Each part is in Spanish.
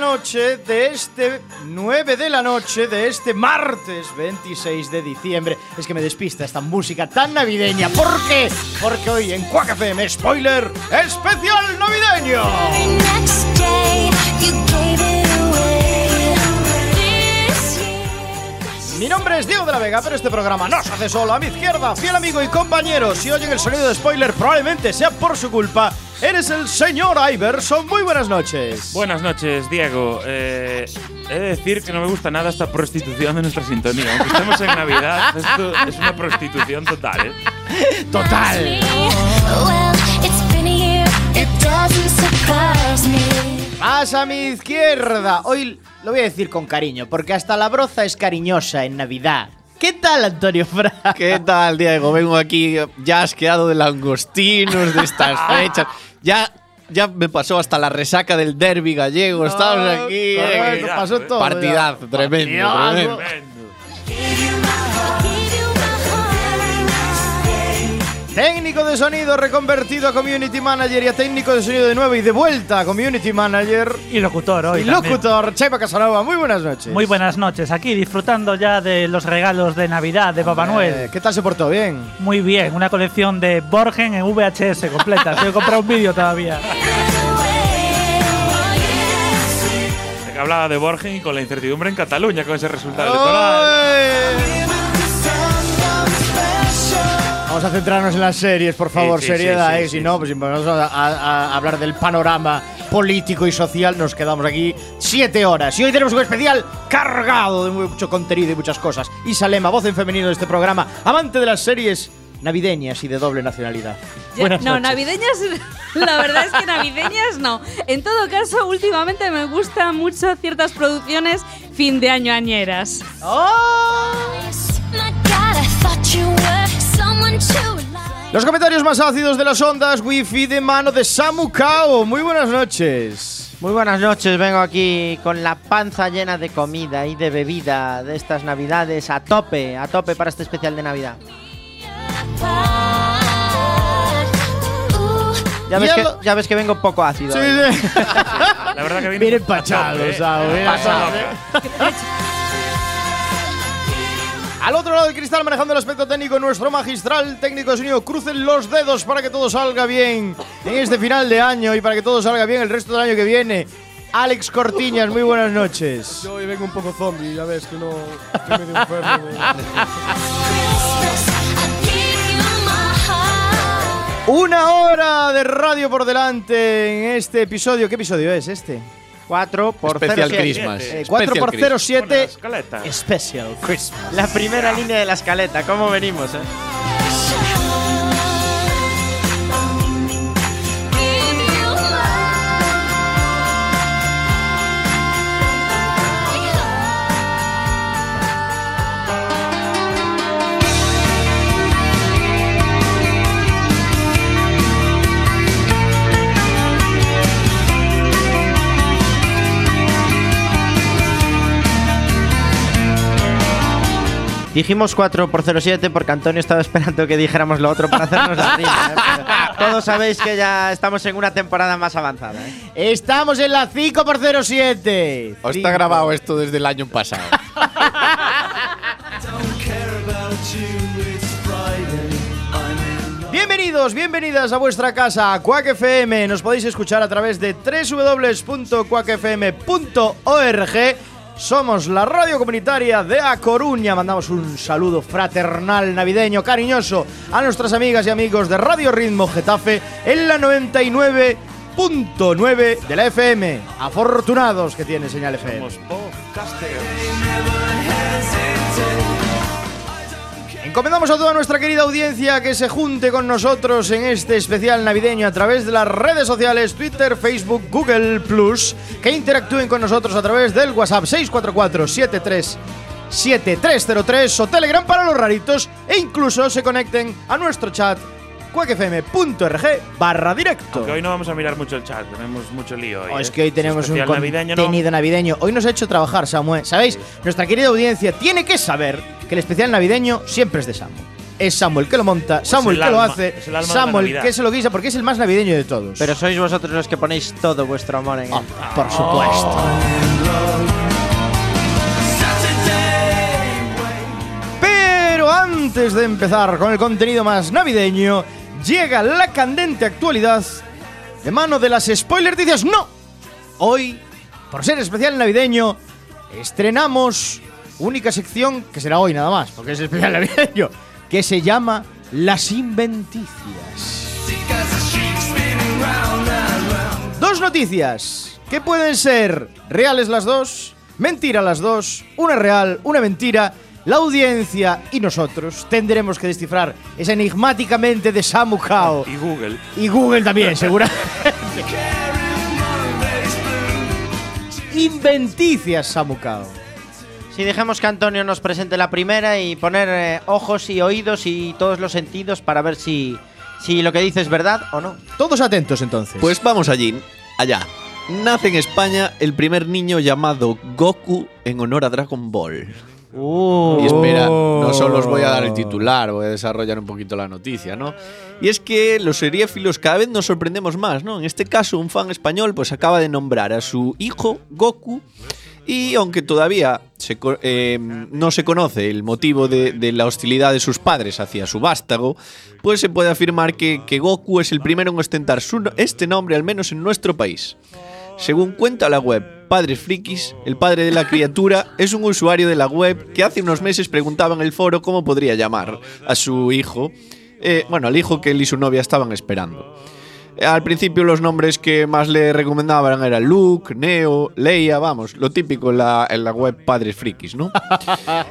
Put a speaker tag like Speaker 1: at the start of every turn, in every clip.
Speaker 1: noche de este 9 de la noche de este martes 26 de diciembre. Es que me despista esta música tan navideña. ¿Por qué? Porque hoy en Quack FM spoiler especial navideño. Mi nombre es Diego de la Vega, pero este programa no se hace solo. A mi izquierda, fiel amigo y compañero, si oyen el sonido de spoiler, probablemente sea por su culpa. Eres el señor Iverson. Muy buenas noches.
Speaker 2: Buenas noches, Diego. Eh, he de decir que no me gusta nada esta prostitución de nuestra sintonía. Aunque estemos en Navidad, esto es una prostitución total, ¿eh?
Speaker 1: Total. Más a mi izquierda. Hoy lo voy a decir con cariño, porque hasta la broza es cariñosa en Navidad. ¿Qué tal, Antonio Fra?
Speaker 3: ¿Qué tal, Diego? Vengo aquí ya asqueado de langostinos de estas fechas. Ya, ya me pasó hasta la resaca del derby gallego. Estamos aquí.
Speaker 2: correcto,
Speaker 3: eh,
Speaker 2: pasó
Speaker 1: todo,
Speaker 3: Partidazo, tremendo.
Speaker 1: Partidazo.
Speaker 3: tremendo.
Speaker 1: Técnico de sonido reconvertido a community manager y a técnico de sonido de nuevo y de vuelta a community manager.
Speaker 4: Y locutor hoy.
Speaker 1: y
Speaker 4: también.
Speaker 1: locutor, Chepa Casanova, muy buenas noches.
Speaker 4: Muy buenas noches. Aquí disfrutando ya de los regalos de Navidad de Papá
Speaker 1: Eh,
Speaker 4: Noel.
Speaker 1: ¿Qué tal se portó? ¿Bien?
Speaker 4: Muy bien, una colección de Borgen en VHS completa. Tengo que comprar un vídeo todavía.
Speaker 2: Que Hablaba de Borgen y con la incertidumbre en Cataluña con ese resultado
Speaker 1: Oh.
Speaker 2: electoral.
Speaker 1: ¡Ay! Vamos a centrarnos en las series, por favor,
Speaker 2: sí, sí,
Speaker 1: seriedad,
Speaker 2: sí,
Speaker 1: ¿eh?
Speaker 2: sí,
Speaker 1: si
Speaker 2: sí.
Speaker 1: no, pues si vamos a, a- a hablar del panorama político y social, nos quedamos aquí siete horas. Y hoy tenemos un especial cargado de mucho contenido y muchas cosas. Y Salema, voz en femenino de este programa, amante de las series navideñas y de doble nacionalidad.
Speaker 5: Ya- no, navideñas, la verdad es que navideñas no. En todo caso, últimamente me gustan mucho ciertas producciones fin de año añeras.
Speaker 1: Los comentarios más ácidos de las ondas, wifi de mano de Samu Kao. Muy buenas noches.
Speaker 6: Muy buenas noches, vengo aquí con la panza llena de comida y de bebida de estas navidades a tope, a tope para este especial de Navidad. Ya ves,
Speaker 1: Ya
Speaker 6: que,
Speaker 1: lo-
Speaker 6: ya ves que vengo poco ácido. hoy.
Speaker 1: Sí, sí.
Speaker 2: La verdad que viene
Speaker 1: Bien
Speaker 2: a tope,
Speaker 1: empachado,
Speaker 2: ¿eh?
Speaker 1: ¿sabes? Bien
Speaker 2: A tope.
Speaker 1: empachado. Al otro lado del cristal, manejando el aspecto técnico, nuestro magistral técnico de sonido. Crucen los dedos para que todo salga bien en este final de año y para que todo salga bien el resto del año que viene. Alex Cortiñas, muy buenas noches.
Speaker 7: Yo hoy vengo un poco zombie, ya ves que no estoy medio enfermo.
Speaker 1: Una hora de radio por delante en este episodio. ¿Qué episodio es este?
Speaker 6: 4 por
Speaker 3: Especial
Speaker 6: 07.
Speaker 3: Christmas.
Speaker 1: Eh,
Speaker 3: Especial Christmas.
Speaker 1: 4x07
Speaker 2: Con la escaleta.
Speaker 1: Special Christmas.
Speaker 6: La primera línea de la escaleta, ¿cómo venimos? eh? Dijimos 4 por 07 porque Antonio estaba esperando que dijéramos lo otro para hacernos la rima. ¿eh? Pero Todos sabéis que ya estamos en una temporada más avanzada. ¿eh?
Speaker 1: Estamos en la 5x07.
Speaker 3: Os está grabado esto desde el año pasado.
Speaker 1: Bienvenidos, bienvenidas a vuestra casa, a Quack FM. Nos podéis escuchar a través de www.quackfm.org. Somos la radio comunitaria de A Coruña. Mandamos un saludo fraternal, navideño, cariñoso a nuestras amigas y amigos de Radio Ritmo Getafe en la 99.9 de la FM. Afortunados que tiene señal FM.
Speaker 2: Somos podcasters.
Speaker 1: Encomendamos a toda nuestra querida audiencia que se junte con nosotros en este especial navideño a través de las redes sociales Twitter, Facebook, Google Plus, que interactúen con nosotros a través del WhatsApp 644 73 7303 o Telegram para los raritos e incluso se conecten a nuestro chat cuacfm.org barra directo.
Speaker 2: Que hoy no vamos a mirar mucho el chat, tenemos mucho lío. Hoy,
Speaker 1: Oh, es
Speaker 2: ¿eh?
Speaker 1: que hoy tenemos un
Speaker 2: especial
Speaker 1: contenido
Speaker 2: navideño, ¿no?
Speaker 1: navideño, Hoy nos ha hecho trabajar Samuel. ¿Sabéis? Nuestra querida audiencia tiene que saber que el especial navideño siempre es de Samu. Es Samuel que lo monta, Samuel
Speaker 2: Pues el
Speaker 1: que lo
Speaker 2: alma-
Speaker 1: hace,
Speaker 2: es el alma de la
Speaker 1: Samuel
Speaker 2: Navidad.
Speaker 1: que se lo guisa porque es el más navideño de todos. Ah.
Speaker 6: Pero sois vosotros los que ponéis todo vuestro amor en él.
Speaker 1: por supuesto. antes de empezar con el contenido más navideño, llega la candente actualidad de mano de las spoiler noticias. ¡No! Hoy, por ser especial navideño, estrenamos única sección que será hoy nada más, porque es especial navideño, que se llama Las Inventicias. Dos noticias que pueden ser reales las dos, mentira las dos, una real, una mentira. La audiencia y nosotros tendremos que descifrar esa enigmáticamente de Samu Kao
Speaker 2: Y Google.
Speaker 1: y Google también, seguramente. Inventicias Samucao.
Speaker 6: Si dejamos que Antonio nos presente la primera y poner eh, ojos y oídos y todos los sentidos para ver si, si lo que dice es verdad o no.
Speaker 1: Todos atentos entonces.
Speaker 3: Pues vamos allí, allá. Nace en España el primer niño llamado Goku en honor a Dragon Ball.
Speaker 1: Oh.
Speaker 3: Y espera, no solo os voy a dar el titular, voy a desarrollar un poquito la noticia, ¿no? Y es que los seriéfilos cada vez nos sorprendemos más, ¿no? En este caso, un fan español pues acaba de nombrar a su hijo Goku y aunque todavía se co- eh, no se conoce el motivo de, de la hostilidad de sus padres hacia su vástago, pues se puede afirmar que, que Goku es el primero en ostentar su no- este nombre, al menos en nuestro país. Según cuenta la web Padres Frikis, el padre de la criatura es un usuario de la web que hace unos meses preguntaba en el foro cómo podría llamar a su hijo, eh, bueno, al hijo que él y su novia estaban esperando. Eh, Al principio los nombres que más le recomendaban eran Luke, Neo, Leia, vamos, lo típico en la, en la web Padres Frikis, ¿no?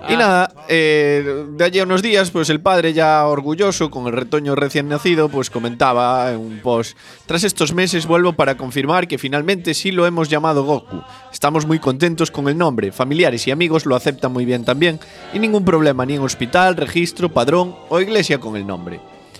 Speaker 3: Y nada, eh, de allí a unos días, pues el padre ya orgulloso con el retoño recién nacido, pues comentaba en un post, tras estos meses vuelvo para confirmar que finalmente sí lo hemos llamado Goku. Estamos muy contentos con el nombre, familiares y amigos lo aceptan muy bien también, y ningún problema ni en hospital, registro, padrón o iglesia con el nombre.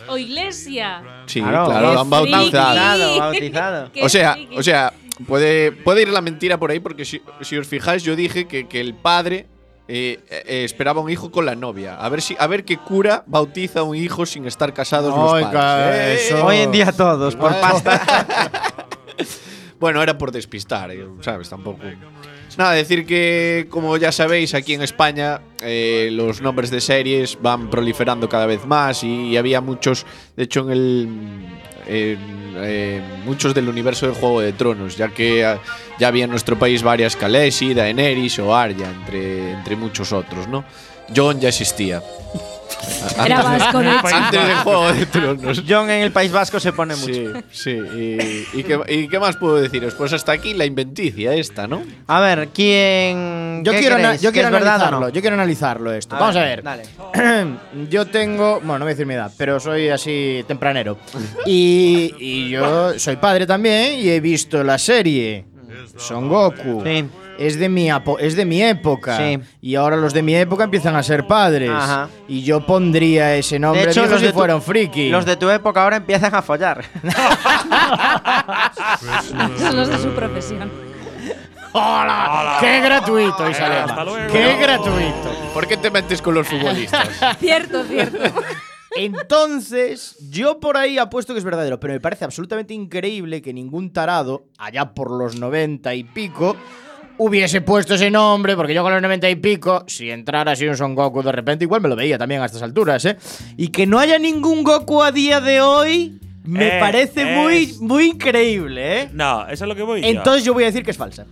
Speaker 5: O iglesia.
Speaker 3: Sí,
Speaker 6: Claro,
Speaker 3: claro,
Speaker 6: qué
Speaker 3: lo han
Speaker 5: Pues
Speaker 3: bautizado.
Speaker 6: Bautizado, bautizado.
Speaker 5: Qué
Speaker 3: O sea,
Speaker 5: friki.
Speaker 3: o sea, puede, puede ir la mentira por ahí, porque si, si os fijáis, yo dije que, que el padre eh, eh, esperaba un hijo con la novia. A ver si, a ver qué cura bautiza a un hijo sin estar casados los padres. Eh,
Speaker 6: Hoy en día todos, por
Speaker 3: Igual.
Speaker 6: pasta.
Speaker 3: Bueno, era por despistar, eh, ¿sabes? Tampoco. Nada, decir que, como ya sabéis, aquí en España eh, los nombres de series van proliferando cada vez más y, había muchos, de hecho, en el. en, eh, muchos del universo de Juego de Tronos, ya que ah, ya había en nuestro país varias Khaleesi, Daenerys o Arya, entre, entre muchos otros, ¿no? John ya existía.
Speaker 5: Era vasco, de
Speaker 4: Pues,
Speaker 5: hecho.
Speaker 3: Antes de Juego de Tronos.
Speaker 6: John en el País Vasco se pone mucho.
Speaker 3: Sí, sí. Y, y qué, y qué más puedo deciros? Pues hasta aquí la inventicia esta, ¿no?
Speaker 6: A ver, ¿quién.
Speaker 1: yo
Speaker 6: qué
Speaker 1: quiero, ana-
Speaker 6: creéis?
Speaker 1: yo
Speaker 6: ¿Que
Speaker 1: quiero
Speaker 6: es verdad
Speaker 1: analizarlo.
Speaker 6: o no?
Speaker 1: Yo quiero analizarlo esto.
Speaker 6: A
Speaker 1: Vamos a ver.
Speaker 6: Dale.
Speaker 1: yo tengo, bueno, no voy a decir mi edad, pero soy así tempranero. Y, y yo soy padre también y he visto la serie Son Goku.
Speaker 6: Sí.
Speaker 1: Es de mi apo- es de mi época
Speaker 6: Sí.
Speaker 1: y ahora los de mi época empiezan a ser padres
Speaker 6: Ajá.
Speaker 1: y yo pondría ese nombre
Speaker 6: de hecho,
Speaker 1: viejo,
Speaker 6: los
Speaker 1: si
Speaker 6: de, tu,
Speaker 1: fueron friki.
Speaker 6: los de tu época ahora empiezan a follar.
Speaker 5: Son los de su profesión.
Speaker 1: ¡Hola! ¡Qué gratuito, Isabel!
Speaker 2: hasta luego.
Speaker 1: ¡Qué gratuito!
Speaker 3: ¿Por qué te metes con los futbolistas?
Speaker 5: Cierto, cierto.
Speaker 1: Entonces, yo por ahí apuesto que es verdadero, pero me parece absolutamente increíble que ningún tarado, allá por los 90 y pico, hubiese puesto ese nombre, porque yo con los 90 y pico, si entrara así un Son Goku de repente, igual me lo veía también a estas alturas, ¿eh? Y que no haya ningún Goku a día de hoy, me
Speaker 2: Eh,
Speaker 1: parece
Speaker 2: es-
Speaker 1: muy, muy increíble, ¿eh?
Speaker 2: No, eso es lo que voy. yo.
Speaker 1: Entonces yo voy a decir que es falsa.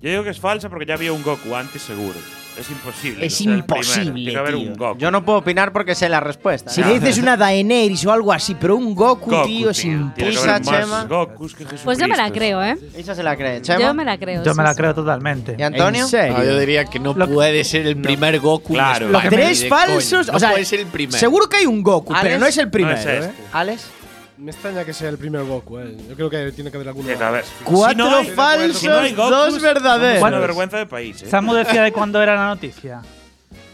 Speaker 2: Yo digo que es falsa porque ya había un Goku antes seguro. Es imposible.
Speaker 1: Es
Speaker 2: que sea el primero.
Speaker 1: imposible,
Speaker 2: Tiene que haber
Speaker 1: tío.
Speaker 2: un Goku.
Speaker 6: Yo no puedo opinar porque sé la respuesta.
Speaker 1: Si
Speaker 6: ¿no?
Speaker 1: le dices una Daenerys o algo así, pero un Goku,
Speaker 2: Goku,
Speaker 1: tío, es
Speaker 2: Tiene que haber
Speaker 1: imposible.
Speaker 6: Pisa,
Speaker 2: más
Speaker 6: Chema.
Speaker 2: Gokus que Jesucristo.
Speaker 5: Pues yo me la creo, ¿eh?
Speaker 6: Esa se la cree. Chema.
Speaker 5: Yo me la creo.
Speaker 4: Yo
Speaker 5: sí,
Speaker 4: me la
Speaker 5: sí.
Speaker 4: creo totalmente.
Speaker 6: ¿Y Antonio?
Speaker 1: ¿En serio?
Speaker 3: No, yo diría que no
Speaker 4: Lo-
Speaker 3: puede ser el primer Goku. en
Speaker 2: Claro.
Speaker 3: España,
Speaker 1: Tres
Speaker 3: ni de
Speaker 1: falsos.
Speaker 3: coña. No
Speaker 1: o sea,
Speaker 3: puede ser el primero.
Speaker 1: Seguro que hay un Goku,
Speaker 6: Alex,
Speaker 1: pero no es el
Speaker 2: No
Speaker 1: primero.
Speaker 2: es
Speaker 1: ¿eh?
Speaker 2: este.
Speaker 6: ¿Alex?
Speaker 7: Me extraña que sea el primer Goku, eh. Yo creo que tiene que haber alguno.
Speaker 2: Tiene que haber.
Speaker 1: Cuatro
Speaker 2: Eh, Si no hay-
Speaker 1: falsos,
Speaker 2: si no hay Gokus,
Speaker 1: dos
Speaker 2: somos
Speaker 1: verdaderos.
Speaker 2: Una vergüenza de país, ¿eh?
Speaker 4: Samu decía de cuándo era la noticia.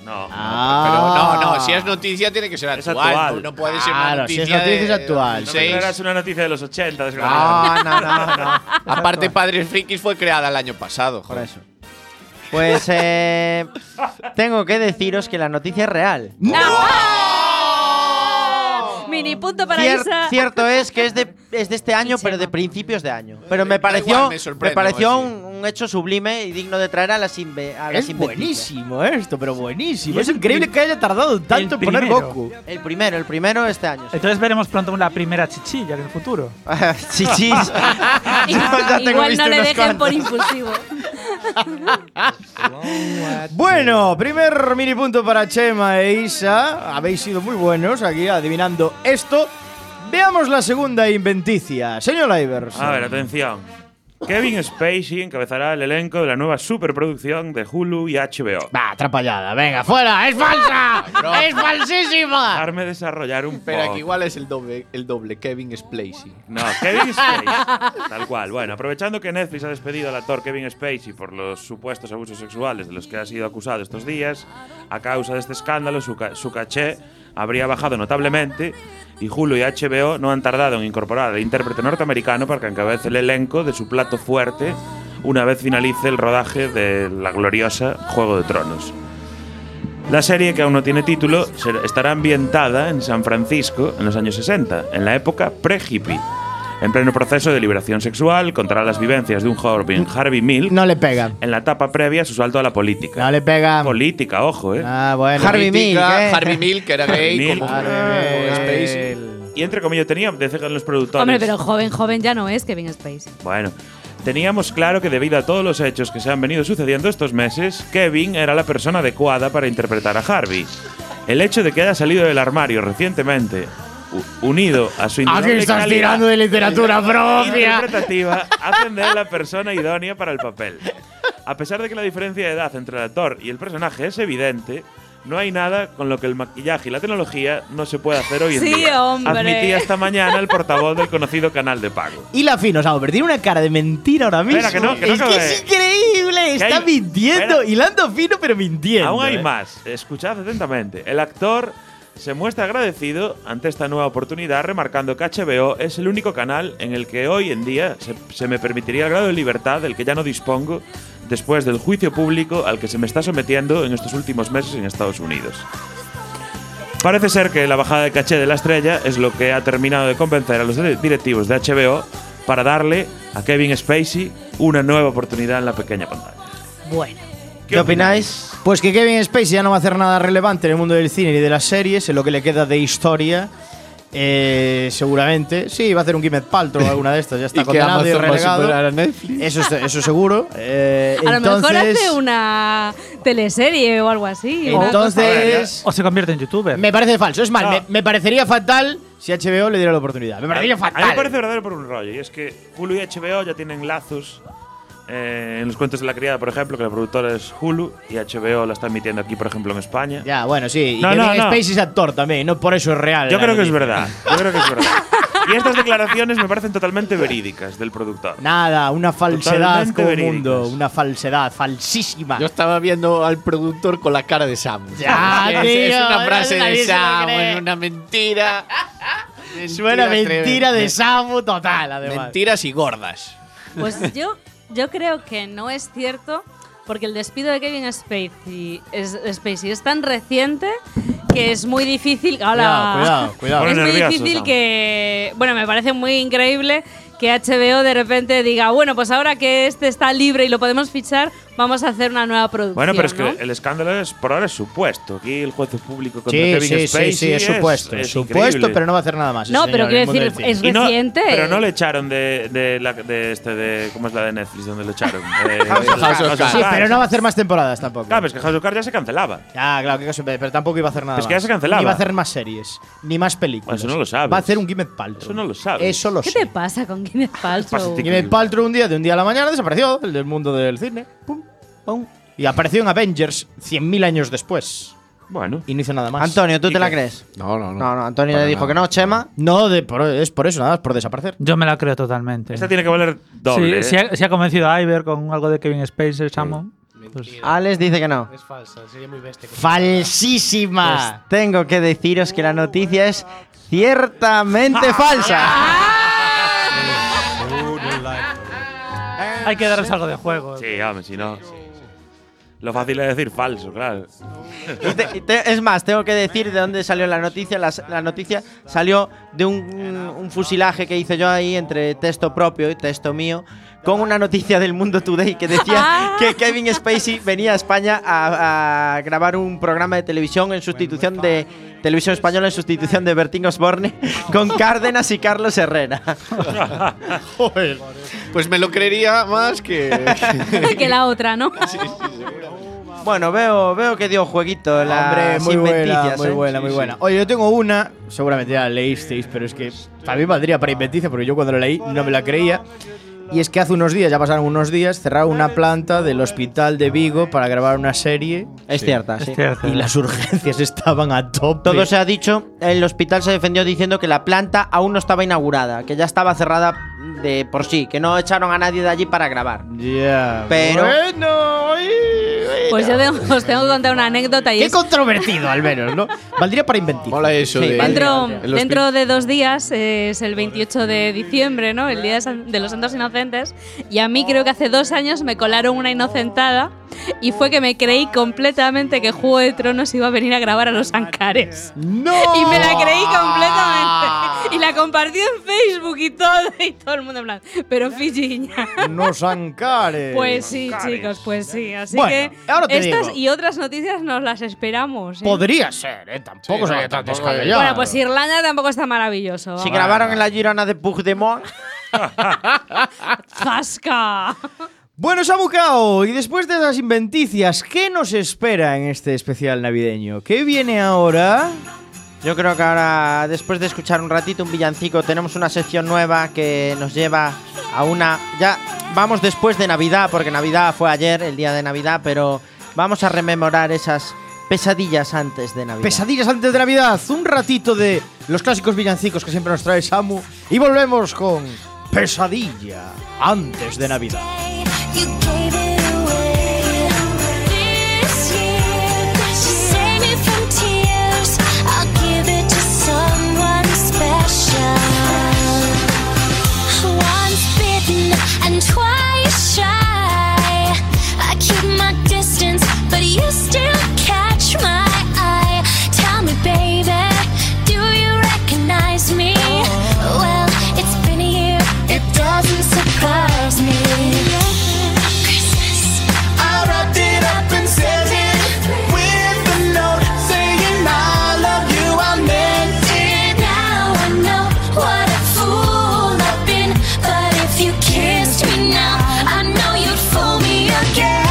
Speaker 2: No.
Speaker 3: Pero no, no,
Speaker 1: Ah.
Speaker 3: si es noticia tiene que ser
Speaker 2: Es
Speaker 3: actual.
Speaker 2: actual.
Speaker 3: No, no puede ser una
Speaker 1: Claro, si
Speaker 3: noticia.
Speaker 1: es noticia es
Speaker 3: de
Speaker 1: actual.
Speaker 2: No
Speaker 3: 2006.
Speaker 2: me creerás una noticia de los 80,
Speaker 3: Ah,
Speaker 2: desgraciado.
Speaker 1: Ah,
Speaker 6: No, no, no, no.
Speaker 3: Aparte, Padres Frikis fue creada el año pasado.
Speaker 6: Por
Speaker 3: joder.
Speaker 6: eso. Pues eh, tengo que deciros que la noticia es real.
Speaker 5: ¡No! ¡Oh! Mini punto para
Speaker 6: Cier-
Speaker 5: Isa.
Speaker 6: Cierto es que es de, es de este año,
Speaker 5: Y
Speaker 6: pero de
Speaker 5: Chema.
Speaker 6: principios de año. Pero me
Speaker 3: Eh, Da
Speaker 6: pareció,
Speaker 3: igual, me
Speaker 6: me
Speaker 3: sorprende,
Speaker 6: pareció
Speaker 3: voy a
Speaker 6: un, un hecho sublime y digno de traer a las inve, a las
Speaker 1: Es
Speaker 6: inventicias.
Speaker 1: buenísimo esto, pero buenísimo.
Speaker 4: Y
Speaker 1: Es
Speaker 4: el
Speaker 1: increíble
Speaker 4: prim-
Speaker 1: que haya tardado tanto en
Speaker 4: el
Speaker 1: poner
Speaker 4: primero.
Speaker 1: Goku.
Speaker 6: El primero, el primero este año. sí.
Speaker 4: Entonces veremos pronto la primera chichilla en el futuro.
Speaker 6: Chichis. Ya
Speaker 5: Igual,
Speaker 6: tengo
Speaker 5: igual
Speaker 6: visto
Speaker 5: no le
Speaker 6: unos
Speaker 5: dejen por impulsivo.
Speaker 1: Bueno, primer mini punto para Chema e Isa. Habéis sido muy buenos aquí adivinando esto. Veamos la segunda inventicia. Señor Ivers.
Speaker 2: A ver, atención. Kevin Spacey encabezará el elenco de la nueva superproducción de Hulu y HBO.
Speaker 1: Va, atrapallada. Venga, fuera. ¡Es falsa! ¡Es falsísima!
Speaker 2: Dejarme desarrollar un poco.
Speaker 3: Espera, que igual es el doble, el doble Kevin Spacey.
Speaker 2: No, Kevin Spacey. Tal cual. Bueno, aprovechando que Netflix ha despedido al actor Kevin Spacey por los supuestos abusos sexuales de los que ha sido acusado estos días, a causa de este escándalo su, ca- su caché habría bajado notablemente y Hulu y HBO no han tardado en incorporar al intérprete norteamericano para que encabece el elenco de su plato fuerte una vez finalice el rodaje de la gloriosa Juego de Tronos. La serie, que aún no tiene título, ser- estará ambientada en San Francisco en los años 60, en la época pre-hippie, en pleno proceso de liberación sexual, contará las vivencias de un joven Harvey Milk
Speaker 1: No le pega.
Speaker 2: en la etapa previa a su salto a la política.
Speaker 1: No le pega.
Speaker 2: Política, ojo, ¿eh?
Speaker 1: Ah, bueno.
Speaker 6: Harvey Milk, ¿eh?
Speaker 3: Harvey Milk, que era gay,
Speaker 2: Milk.
Speaker 3: como,
Speaker 1: Harvey
Speaker 3: como
Speaker 1: Milk.
Speaker 3: Spacey.
Speaker 2: Y entre comillas, teníamos, decían los productores.
Speaker 5: Hombre, pero joven, joven ya no es Kevin Space.
Speaker 2: Bueno, teníamos claro que debido a todos los hechos que se han venido sucediendo estos meses, Kevin era la persona adecuada para interpretar a Harvey. El hecho de que haya salido del armario recientemente, u- unido a su
Speaker 1: Aquí
Speaker 2: indudable
Speaker 1: Ah, estás
Speaker 2: calidad
Speaker 1: tirando de literatura propia.
Speaker 2: interpretativa, hacen de él la persona idónea para el papel. A pesar de que la diferencia de edad entre el actor y el personaje es evidente, no hay nada con lo que el maquillaje y la tecnología no se puede hacer hoy en
Speaker 5: Sí,
Speaker 2: día.
Speaker 5: hombre.
Speaker 2: Admitía esta mañana el portavoz del conocido canal de pago.
Speaker 1: Y la Fino Sauber tiene una cara de mentira ahora mismo.
Speaker 2: Espera, que no, que no
Speaker 1: es que
Speaker 2: acabé.
Speaker 1: es increíble.
Speaker 2: Que
Speaker 1: Está
Speaker 2: hay-
Speaker 1: mintiendo,
Speaker 2: espera.
Speaker 1: hilando fino, pero mintiendo.
Speaker 2: Aún hay
Speaker 1: ¿eh?
Speaker 2: más. Escuchad atentamente. El actor se muestra agradecido ante esta nueva oportunidad, remarcando que HBO es el único canal en el que hoy en día se, se me permitiría el grado de libertad del que ya no dispongo después del juicio público al que se me está sometiendo en estos últimos meses en Estados Unidos. Parece ser que la bajada de caché de la estrella es lo que ha terminado de convencer a los dire- directivos de HBO para darle a Kevin Spacey una nueva oportunidad en la pequeña pantalla.
Speaker 5: Bueno.
Speaker 6: ¿Qué opináis?
Speaker 1: Pues que Kevin Spacey ya no va a hacer nada relevante en el mundo del cine ni de las series, en lo que le queda de historia. eh, seguramente. Sí, va a hacer un Kimet Paltrow o alguna de estas. Ya está
Speaker 3: Y que
Speaker 1: condenado y
Speaker 3: Amazon va a superar
Speaker 1: relegado.
Speaker 3: a Netflix.
Speaker 1: Eso, es- eso seguro. Eh,
Speaker 5: A lo mejor
Speaker 1: entonces-
Speaker 5: hace una teleserie o algo así. una
Speaker 1: Entonces,
Speaker 4: O se convierte en youtuber.
Speaker 1: me parece falso. Es mal,
Speaker 2: No.
Speaker 1: me, me parecería fatal si HBO le diera la oportunidad. Me parecería fatal.
Speaker 2: A mí me parece verdadero por un rollo, y es que Hulu y HBO ya tienen lazos eh, en los cuentos de la criada, por ejemplo, que la productora es Hulu y HBO la está emitiendo aquí, por ejemplo, en España.
Speaker 1: Ya, bueno, sí. Y
Speaker 2: No,
Speaker 1: Kevin
Speaker 2: no, no.
Speaker 1: Spacey es actor también, no por eso es real.
Speaker 2: Yo
Speaker 1: la
Speaker 2: creo que es
Speaker 1: noticia.
Speaker 2: verdad, yo creo que es verdad. Y estas declaraciones me parecen totalmente verídicas del productor.
Speaker 1: Nada, una falsedad
Speaker 2: Totalmente
Speaker 1: como
Speaker 2: verídicas.
Speaker 1: mundo. Una falsedad, falsísima.
Speaker 3: Yo estaba viendo al productor con la cara de Sam.
Speaker 1: Ya,
Speaker 3: es,
Speaker 1: tío,
Speaker 3: es una frase
Speaker 1: nadie
Speaker 3: de
Speaker 1: se lo
Speaker 3: Sam,
Speaker 1: cree.
Speaker 3: es una mentira. Mentira
Speaker 1: Suena mentira de
Speaker 3: tremenda.
Speaker 1: Samu total, además.
Speaker 3: Mentiras y gordas.
Speaker 5: Pues yo, yo creo que no es cierto, porque el despido de Kevin Spacey es, Spacey es tan reciente que es muy difícil. ¡Hala!
Speaker 1: Cuidado, cuidado,
Speaker 2: Pone
Speaker 5: Es muy
Speaker 2: nervioso,
Speaker 5: difícil
Speaker 2: Sam.
Speaker 5: que. Bueno, me parece muy increíble que HBO de repente diga, bueno, pues ahora que este está libre y lo podemos fichar, vamos a hacer una nueva producción.
Speaker 2: Bueno, pero es que
Speaker 5: ¿no?
Speaker 2: el escándalo es por ahora es supuesto. Aquí el juez público contra
Speaker 1: Sí, sí,
Speaker 2: Kevin
Speaker 1: sí,
Speaker 2: Spacey
Speaker 1: sí, es supuesto.
Speaker 2: es
Speaker 1: supuesto,
Speaker 2: increíble.
Speaker 1: pero no va a hacer nada más.
Speaker 5: No,
Speaker 1: ese
Speaker 5: pero
Speaker 1: señor,
Speaker 5: quiero
Speaker 1: en el mundo
Speaker 5: decir,
Speaker 1: del
Speaker 5: es
Speaker 1: cine.
Speaker 2: Y no-
Speaker 5: reciente.
Speaker 2: pero no le echaron de, de, la- de este de cómo es la de Netflix donde lo echaron. Eh,
Speaker 3: House of Cards.
Speaker 1: Sí, pero no va a hacer más temporadas tampoco.
Speaker 2: Ah, Claro, pero es que House of Cards ya se cancelaba.
Speaker 1: Ah, claro, qué cosa, pero tampoco iba a hacer nada.
Speaker 2: Pues que ya
Speaker 1: más.
Speaker 2: se cancelaba.
Speaker 1: Ni va a hacer más series, ni más películas.
Speaker 2: Bueno, eso no lo sabes.
Speaker 1: Va a hacer un Gimme Paltrow.
Speaker 2: Eso no lo sabes.
Speaker 1: Eso lo
Speaker 5: ¿Qué
Speaker 1: sé.
Speaker 5: te pasa con Gwyneth Paltrow?
Speaker 2: Pásate.
Speaker 1: Gwyneth Paltrow un día, de un día a la mañana, desapareció el del mundo del cine. Pum, pum. Y apareció en Avengers 100.000 años después.
Speaker 2: Bueno.
Speaker 1: Y no hizo nada más.
Speaker 6: Ah, Antonio, ¿tú te la
Speaker 2: qué?
Speaker 6: crees?
Speaker 3: No, no, no.
Speaker 6: No, no, Antonio
Speaker 3: Para
Speaker 6: le dijo
Speaker 3: nada.
Speaker 6: que no, Chema.
Speaker 1: No, de, por- es por eso, nada más, por desaparecer.
Speaker 4: Yo me la creo totalmente.
Speaker 2: Esta tiene que valer
Speaker 4: Sí,
Speaker 2: doble.
Speaker 4: si,
Speaker 2: ¿eh?
Speaker 4: ha, si ha convencido a Iver con algo de Kevin Spacey, Samo. Pues,
Speaker 6: Alex dice que no. Ah.
Speaker 8: Es falsa, sería muy bestia.
Speaker 1: Falsísima.
Speaker 6: Tengo que deciros que la noticia es
Speaker 1: Pues,
Speaker 3: Ah.
Speaker 6: ciertamente
Speaker 1: ¡Ah!
Speaker 6: falsa.
Speaker 4: hay que darles algo de juego.
Speaker 2: Sí, hombre, si no. Lo fácil es decir falso, claro.
Speaker 6: Y te- y te- es más, tengo que decir de dónde salió la noticia. Las- La, noticia salió de un, un fusilaje que hice yo ahí entre texto propio y texto mío con una noticia del Mundo Today que decía que Kevin Spacey venía a España a, a grabar un programa de televisión en sustitución de televisión española en sustitución de Bertín Osborne con Cárdenas y Carlos Herrera.
Speaker 3: Joder. Pues me lo creería más que.
Speaker 5: que la otra, ¿no?
Speaker 6: Bueno, veo, veo que dio jueguito la
Speaker 1: Hombre, muy buena, muy
Speaker 6: ¿eh?
Speaker 1: buena, muy buena. Oye, yo tengo una, seguramente ya la leísteis, pero es que también valdría para inventicia, porque yo cuando la leí no me la creía. Y es que hace unos días, ya pasaron unos días, cerraron una planta del hospital de Vigo para grabar una serie
Speaker 6: Es cierta, sí.
Speaker 1: y las urgencias estaban a tope.
Speaker 6: Todo se ha dicho, el hospital se defendió diciendo que la planta aún no estaba inaugurada, que ya estaba cerrada de por sí, que no echaron a nadie de allí para grabar.
Speaker 1: Ya.
Speaker 6: Pero-
Speaker 1: Bueno, ay, bueno.
Speaker 5: Pues yo tengo- os tengo que contar una anécdota y
Speaker 1: Qué
Speaker 5: es
Speaker 1: controvertido, al menos, ¿no? Valdría para inventir.
Speaker 3: Mola eso
Speaker 1: Sí,
Speaker 3: de.
Speaker 5: Dentro,
Speaker 3: el hospi-
Speaker 5: dentro de dos días, eh, es el 28 de diciembre, ¿no? El Día de San- de los Santos Inocentes. Y a mí creo que hace dos años me colaron una inocentada y fue que me creí completamente que Juego de Tronos iba a venir a grabar a los Ancares.
Speaker 1: ¡No!
Speaker 5: Y me la creí completamente. Y la compartí en Facebook y todo, y todo el mundo en plan, pero Fijiña.
Speaker 1: ¡No sancares!
Speaker 5: Pues sí,
Speaker 2: Ancares.
Speaker 5: chicos, pues sí. Así
Speaker 1: Eh, Bueno,
Speaker 5: que
Speaker 1: ahora te
Speaker 5: estas
Speaker 1: digo.
Speaker 5: y otras noticias nos las esperamos. ¿eh?
Speaker 1: Podría ser, ¿eh? Tampoco
Speaker 3: Sí,
Speaker 1: sería tan
Speaker 3: no, tampoco es-
Speaker 1: descabellado.
Speaker 5: Bueno, pues Irlanda tampoco está maravilloso.
Speaker 1: Ah.
Speaker 6: Si grabaron en la Girona de Puigdemont,
Speaker 5: ¡Zasca!
Speaker 1: Bueno, Samucao, y después de esas inventicias, ¿qué nos espera en este especial navideño? ¿Qué viene ahora?
Speaker 6: yo creo que ahora, después de escuchar un ratito un villancico, tenemos una sección nueva que nos lleva a una... Ya vamos después de Navidad, porque Navidad fue ayer, el día de Navidad, pero vamos a rememorar esas pesadillas antes de Navidad.
Speaker 1: Pesadillas antes de Navidad, un ratito de los clásicos villancicos que siempre nos trae Samu, y volvemos con Pesadilla antes de Navidad.
Speaker 8: You gave it away this year. She saved me from tears. I'll give it to someone special. Once bitten and twice shy. I keep my distance, but you still catch my eye. Tell me, baby, do you recognize me? Well, it's been a year. It doesn't surprise me. Christmas.
Speaker 9: I wrapped it up and sent it with a note saying I love you. I meant it.
Speaker 8: Now I know what a fool I've been, but if you kissed me now, I know you'd fool me again.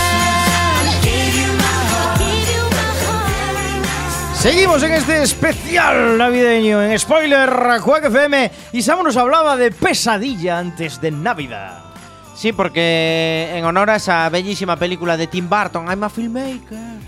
Speaker 8: Give you my heart. Give you my heart.
Speaker 1: Seguimos en este especial navideño en Spoiler Quack FM, y Samu nos hablaba de Pesadilla antes de Navidad.
Speaker 6: Sí, porque en honor a esa bellísima película de Tim Burton, I'm a filmmaker.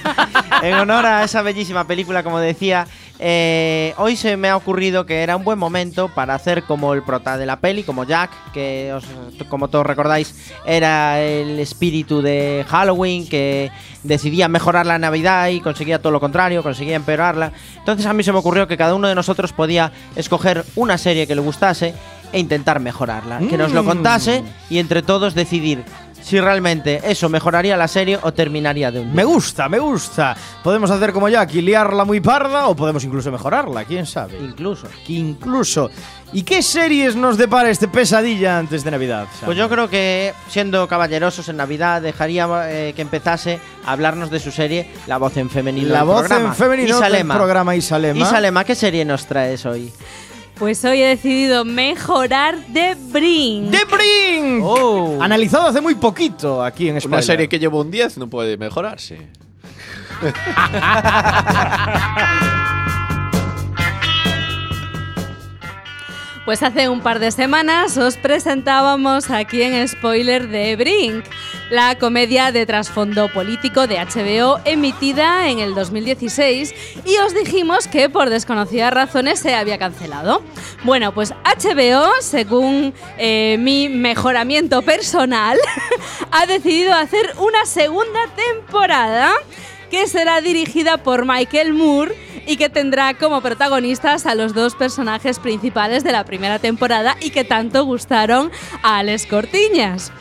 Speaker 6: en honor a esa bellísima película, como decía, eh, hoy se me ha ocurrido que era un buen momento para hacer como el prota de la peli, como Jack, que os- como todos recordáis era el espíritu de Halloween, que decidía mejorar la Navidad y conseguía todo lo contrario, conseguía empeorarla. Entonces a mí se me ocurrió que cada uno de nosotros podía escoger una serie que le gustase e intentar mejorarla, que nos lo contase y entre todos decidir si realmente eso mejoraría la serie o terminaría de un
Speaker 1: Me gusta, me gusta. Podemos hacer como ya, liarla muy parda o podemos incluso mejorarla, quién sabe.
Speaker 6: incluso.
Speaker 1: Que incluso. ¿Y qué series nos depara este pesadilla antes de Navidad? Sam?
Speaker 6: Pues yo creo que siendo caballerosos en Navidad dejaría eh, que empezase a hablarnos de su serie La voz en femenino.
Speaker 1: la
Speaker 6: del
Speaker 1: voz
Speaker 6: programa.
Speaker 1: en femenino
Speaker 6: Isalema.
Speaker 1: del programa Isalema.
Speaker 6: Isalema, ¿qué serie nos traes hoy?
Speaker 5: Pues hoy he decidido mejorar de Brink.
Speaker 1: The Brink.
Speaker 6: Oh.
Speaker 1: Analizado hace muy poquito aquí en España.
Speaker 3: Una serie que lleva un 10 no puede mejorarse.
Speaker 5: Pues hace un par de semanas os presentábamos aquí en Spoiler de Brink, la comedia de trasfondo político de HBO emitida en el 2016 y os dijimos que por desconocidas razones se había cancelado. Bueno, pues HBO, según eh, mi mejoramiento personal, ha decidido hacer una segunda temporada que será dirigida por Michael Moore y que tendrá como protagonistas a los dos personajes principales de la primera temporada y que tanto gustaron a Alex Cortiñas.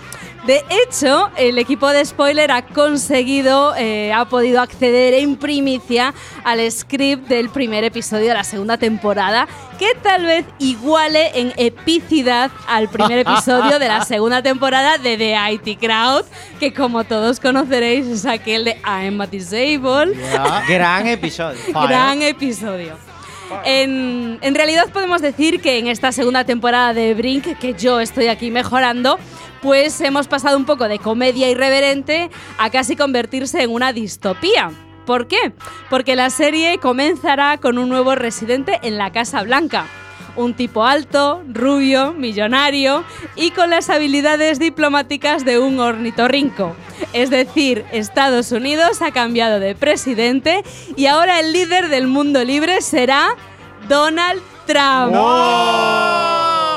Speaker 5: De hecho, el equipo de spoiler ha conseguido, eh, ha podido acceder en primicia al script del primer episodio de la segunda temporada, que tal vez iguale en epicidad al primer episodio de la segunda temporada de The IT Crowd, que como todos conoceréis es aquel de I'm a Disabled.
Speaker 6: Gran episodio.
Speaker 5: Gran episodio. En, en realidad podemos decir que en esta segunda temporada de Brink, que yo estoy aquí mejorando, pues hemos pasado un poco de comedia irreverente a casi convertirse en una distopía. ¿Por qué? Porque la serie comenzará con un nuevo residente en la Casa Blanca. Un tipo alto, rubio, millonario y con las habilidades diplomáticas de un ornitorrinco. Es decir, Estados Unidos ha cambiado de presidente y ahora el líder del mundo libre será Donald Trump.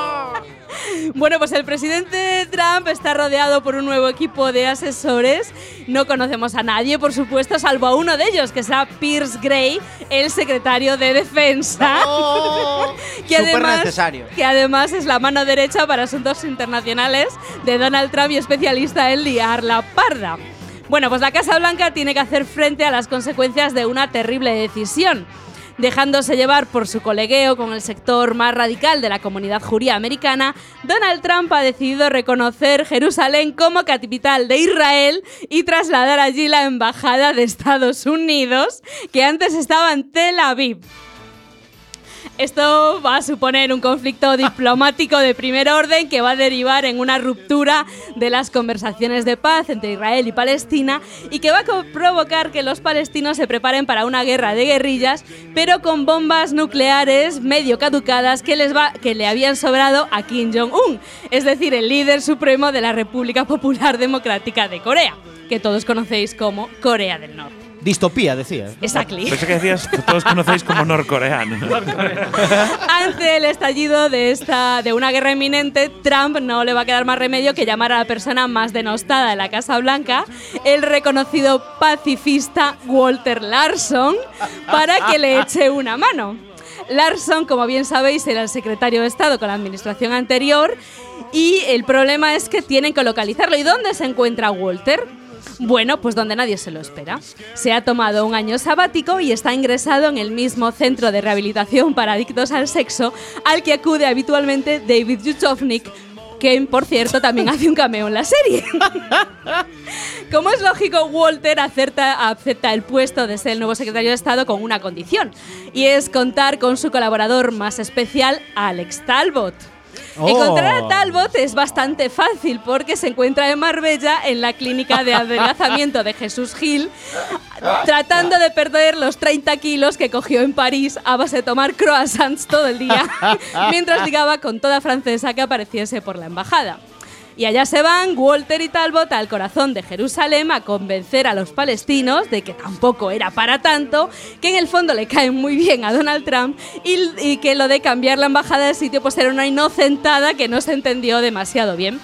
Speaker 5: Bueno, pues el presidente Trump está rodeado por un nuevo equipo de asesores. No conocemos a nadie, por supuesto, salvo a uno de ellos, que será Pierce Gray, el secretario de Defensa. que,
Speaker 6: Súper
Speaker 5: además,
Speaker 6: necesario.
Speaker 5: que además es la mano derecha para asuntos internacionales de Donald Trump y especialista en liar la parda. Bueno, pues la Casa Blanca tiene que hacer frente a las consecuencias de una terrible decisión dejándose llevar por su colegueo con el sector más radical de la comunidad judía americana, Donald Trump ha decidido reconocer Jerusalén como capital de Israel y trasladar allí la embajada de Estados Unidos, que antes estaba en Tel Aviv. Esto va a suponer un conflicto diplomático de primer orden que va a derivar en una ruptura de las conversaciones de paz entre Israel y Palestina y que va a co- provocar que los palestinos se preparen para una guerra de guerrillas, pero con bombas nucleares medio caducadas que, les va, que le habían sobrado a Kim Jong-un, es decir, el líder supremo de la República Popular Democrática de Corea, que todos conocéis como Corea del Norte.
Speaker 1: Distopía, decía.
Speaker 5: Exactly.
Speaker 2: Pensé que decías que todos conocéis como norcoreano.
Speaker 5: Ante el estallido de, esta, de una guerra inminente, Trump no le va a quedar más remedio que llamar a la persona más denostada de la Casa Blanca, el reconocido pacifista Walter Larson, para que le eche una mano. Larson, como bien sabéis, era el secretario de Estado con la administración anterior y el problema es que tienen que localizarlo. ¿Y dónde se encuentra Walter? Bueno, pues donde nadie se lo espera. Se ha tomado un año sabático y está ingresado en el mismo centro de rehabilitación para adictos al sexo al que acude habitualmente David Duchovny, que por cierto también hace un cameo en la serie. Como es lógico, Walter acepta, acepta el puesto de ser el nuevo secretario de Estado con una condición, y es contar con su colaborador más especial, Alex Talbot. Encontrar a Talbot es bastante fácil porque se encuentra en Marbella en la clínica de adelgazamiento de Jesús Gil, tratando de perder los 30 kilos que cogió en París a base de tomar croissants todo el día, mientras ligaba con toda francesa que apareciese por la embajada. Y allá se van Walter y Talbot al corazón de Jerusalén a convencer a los palestinos de que tampoco era para tanto, que en el fondo le caen muy bien a Donald Trump y, y que lo de cambiar la embajada de sitio pues era una inocentada que no se entendió demasiado bien.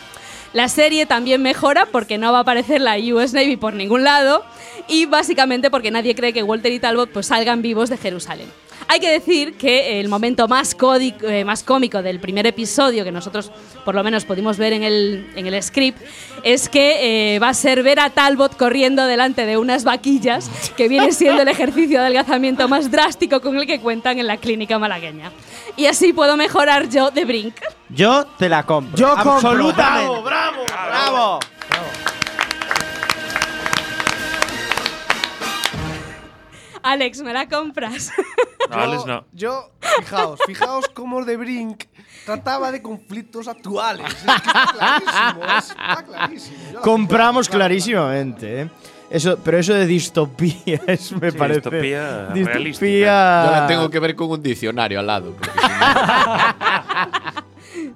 Speaker 5: La serie también mejora porque no va a aparecer la US Navy por ningún lado y básicamente porque nadie cree que Walter y Talbot pues salgan vivos de Jerusalén. Hay que decir que el momento más, códi- eh, más cómico del primer episodio que nosotros por lo menos pudimos ver en el, en el script es que eh, va a ser ver a Talbot corriendo delante de unas vaquillas que viene siendo el ejercicio de adelgazamiento más drástico con el que cuentan en la clínica malagueña. Y así puedo mejorar yo de Brink.
Speaker 6: Yo te la compro.
Speaker 7: Yo compro.
Speaker 6: Absolutamente.
Speaker 7: Bravo, bravo,
Speaker 6: bravo.
Speaker 5: Alex, ¿me la compras?
Speaker 2: No, Alex no.
Speaker 7: Yo, fijaos, fijaos cómo The Brink trataba de conflictos actuales. Es que está clarísimo, es- está clarísimo. Yo la
Speaker 1: Compramos
Speaker 7: compro, claro,
Speaker 1: clarísimamente, ¿eh? Eso, pero eso de distopía es, me
Speaker 2: Sí,
Speaker 1: parece.
Speaker 2: distopía
Speaker 1: Distopía-
Speaker 2: realística.
Speaker 3: Yo
Speaker 1: Ah.
Speaker 3: la tengo que ver con un diccionario al lado. porque si no-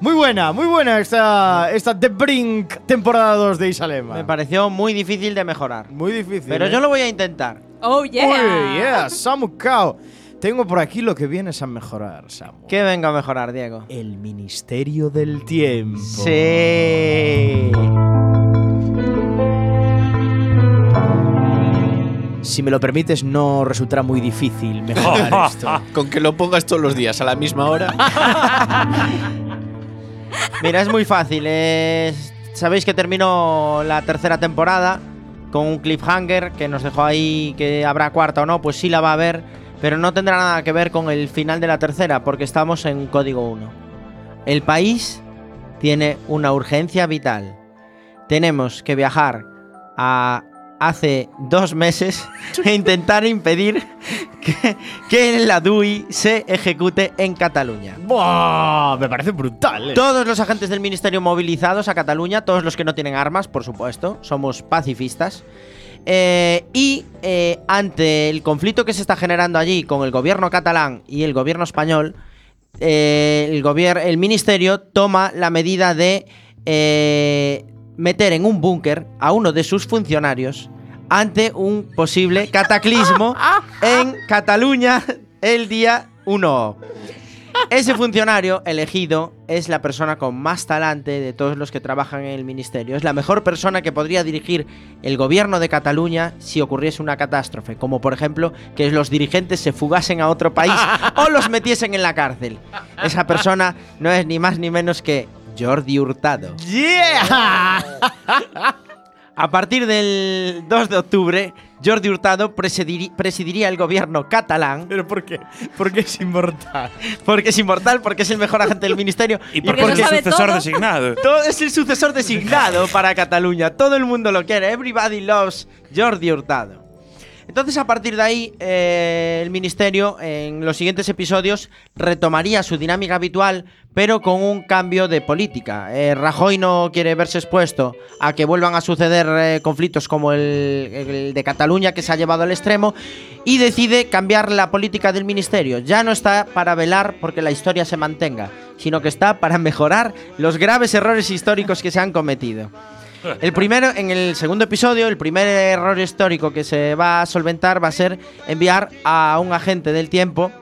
Speaker 1: Muy buena, muy buena esta, esta The Brink temporada 2 de Isalema.
Speaker 6: Me pareció muy difícil de mejorar.
Speaker 1: Muy difícil.
Speaker 6: Pero
Speaker 1: ¿eh?
Speaker 6: yo lo voy a intentar.
Speaker 5: Oh, yeah.
Speaker 1: Uy, yeah, Samu Kao. Tengo por aquí lo que vienes a mejorar, Samu.
Speaker 6: ¿Qué vengo a mejorar, Diego?
Speaker 1: El Ministerio del Tiempo.
Speaker 6: Sí.
Speaker 1: Si me lo permites, no resultará muy difícil mejorar esto.
Speaker 3: con que lo pongas todos los días a la
Speaker 1: Ah,
Speaker 3: misma hora.
Speaker 6: Mira, es muy fácil. Es sabéis que terminó la tercera temporada con un cliffhanger que nos dejó ahí que habrá cuarta o no, pues sí la va a haber, pero no tendrá nada que ver con el final de la tercera porque estamos en código 1. El país tiene una urgencia vital. Tenemos que viajar a hace dos meses e intentar impedir que, que la DUI se ejecute en Cataluña.
Speaker 1: Buah, me parece brutal. eh.
Speaker 6: Todos los agentes del Ministerio movilizados a Cataluña, todos los que no tienen armas, por supuesto, somos pacifistas. Eh, y eh, ante el conflicto que se está generando allí con el gobierno catalán y el gobierno español, eh, el, gobier- el ministerio toma la medida de eh, meter en un búnker a uno de sus funcionarios ante un posible cataclismo en Cataluña el día 1. Ese funcionario elegido es la persona con más talante de todos los que trabajan en el ministerio. Es la mejor persona que podría dirigir el gobierno de Cataluña si ocurriese una catástrofe, como por ejemplo que los dirigentes se fugasen a otro país o los metiesen en la cárcel. Esa persona no es ni más ni menos que Jordi Hurtado. A partir del 2 de octubre, Jordi Hurtado presidiri- presidiría el gobierno catalán.
Speaker 1: ¿Pero por qué? ¿Por qué es inmortal?
Speaker 6: Porque es inmortal, porque es el mejor agente del ministerio.
Speaker 2: ¿Y por qué
Speaker 5: porque
Speaker 2: es
Speaker 5: lo
Speaker 2: el
Speaker 5: sabe
Speaker 2: sucesor
Speaker 5: todo.
Speaker 2: designado?
Speaker 6: Todo es el sucesor designado para Cataluña. Todo el mundo lo quiere. Everybody loves Jordi Hurtado. Entonces, a partir de ahí, eh, el ministerio en los siguientes episodios retomaría su dinámica habitual, pero con un cambio de política. Eh, Rajoy no quiere verse expuesto a que vuelvan a suceder eh, conflictos como el, el de Cataluña, que se ha llevado al extremo, y decide cambiar la política del ministerio. Ya no está para velar porque la historia se mantenga, sino que está para mejorar los graves errores históricos que se han cometido. El primero, en el segundo episodio, el primer error histórico que se va a solventar va a ser enviar a un agente del tiempo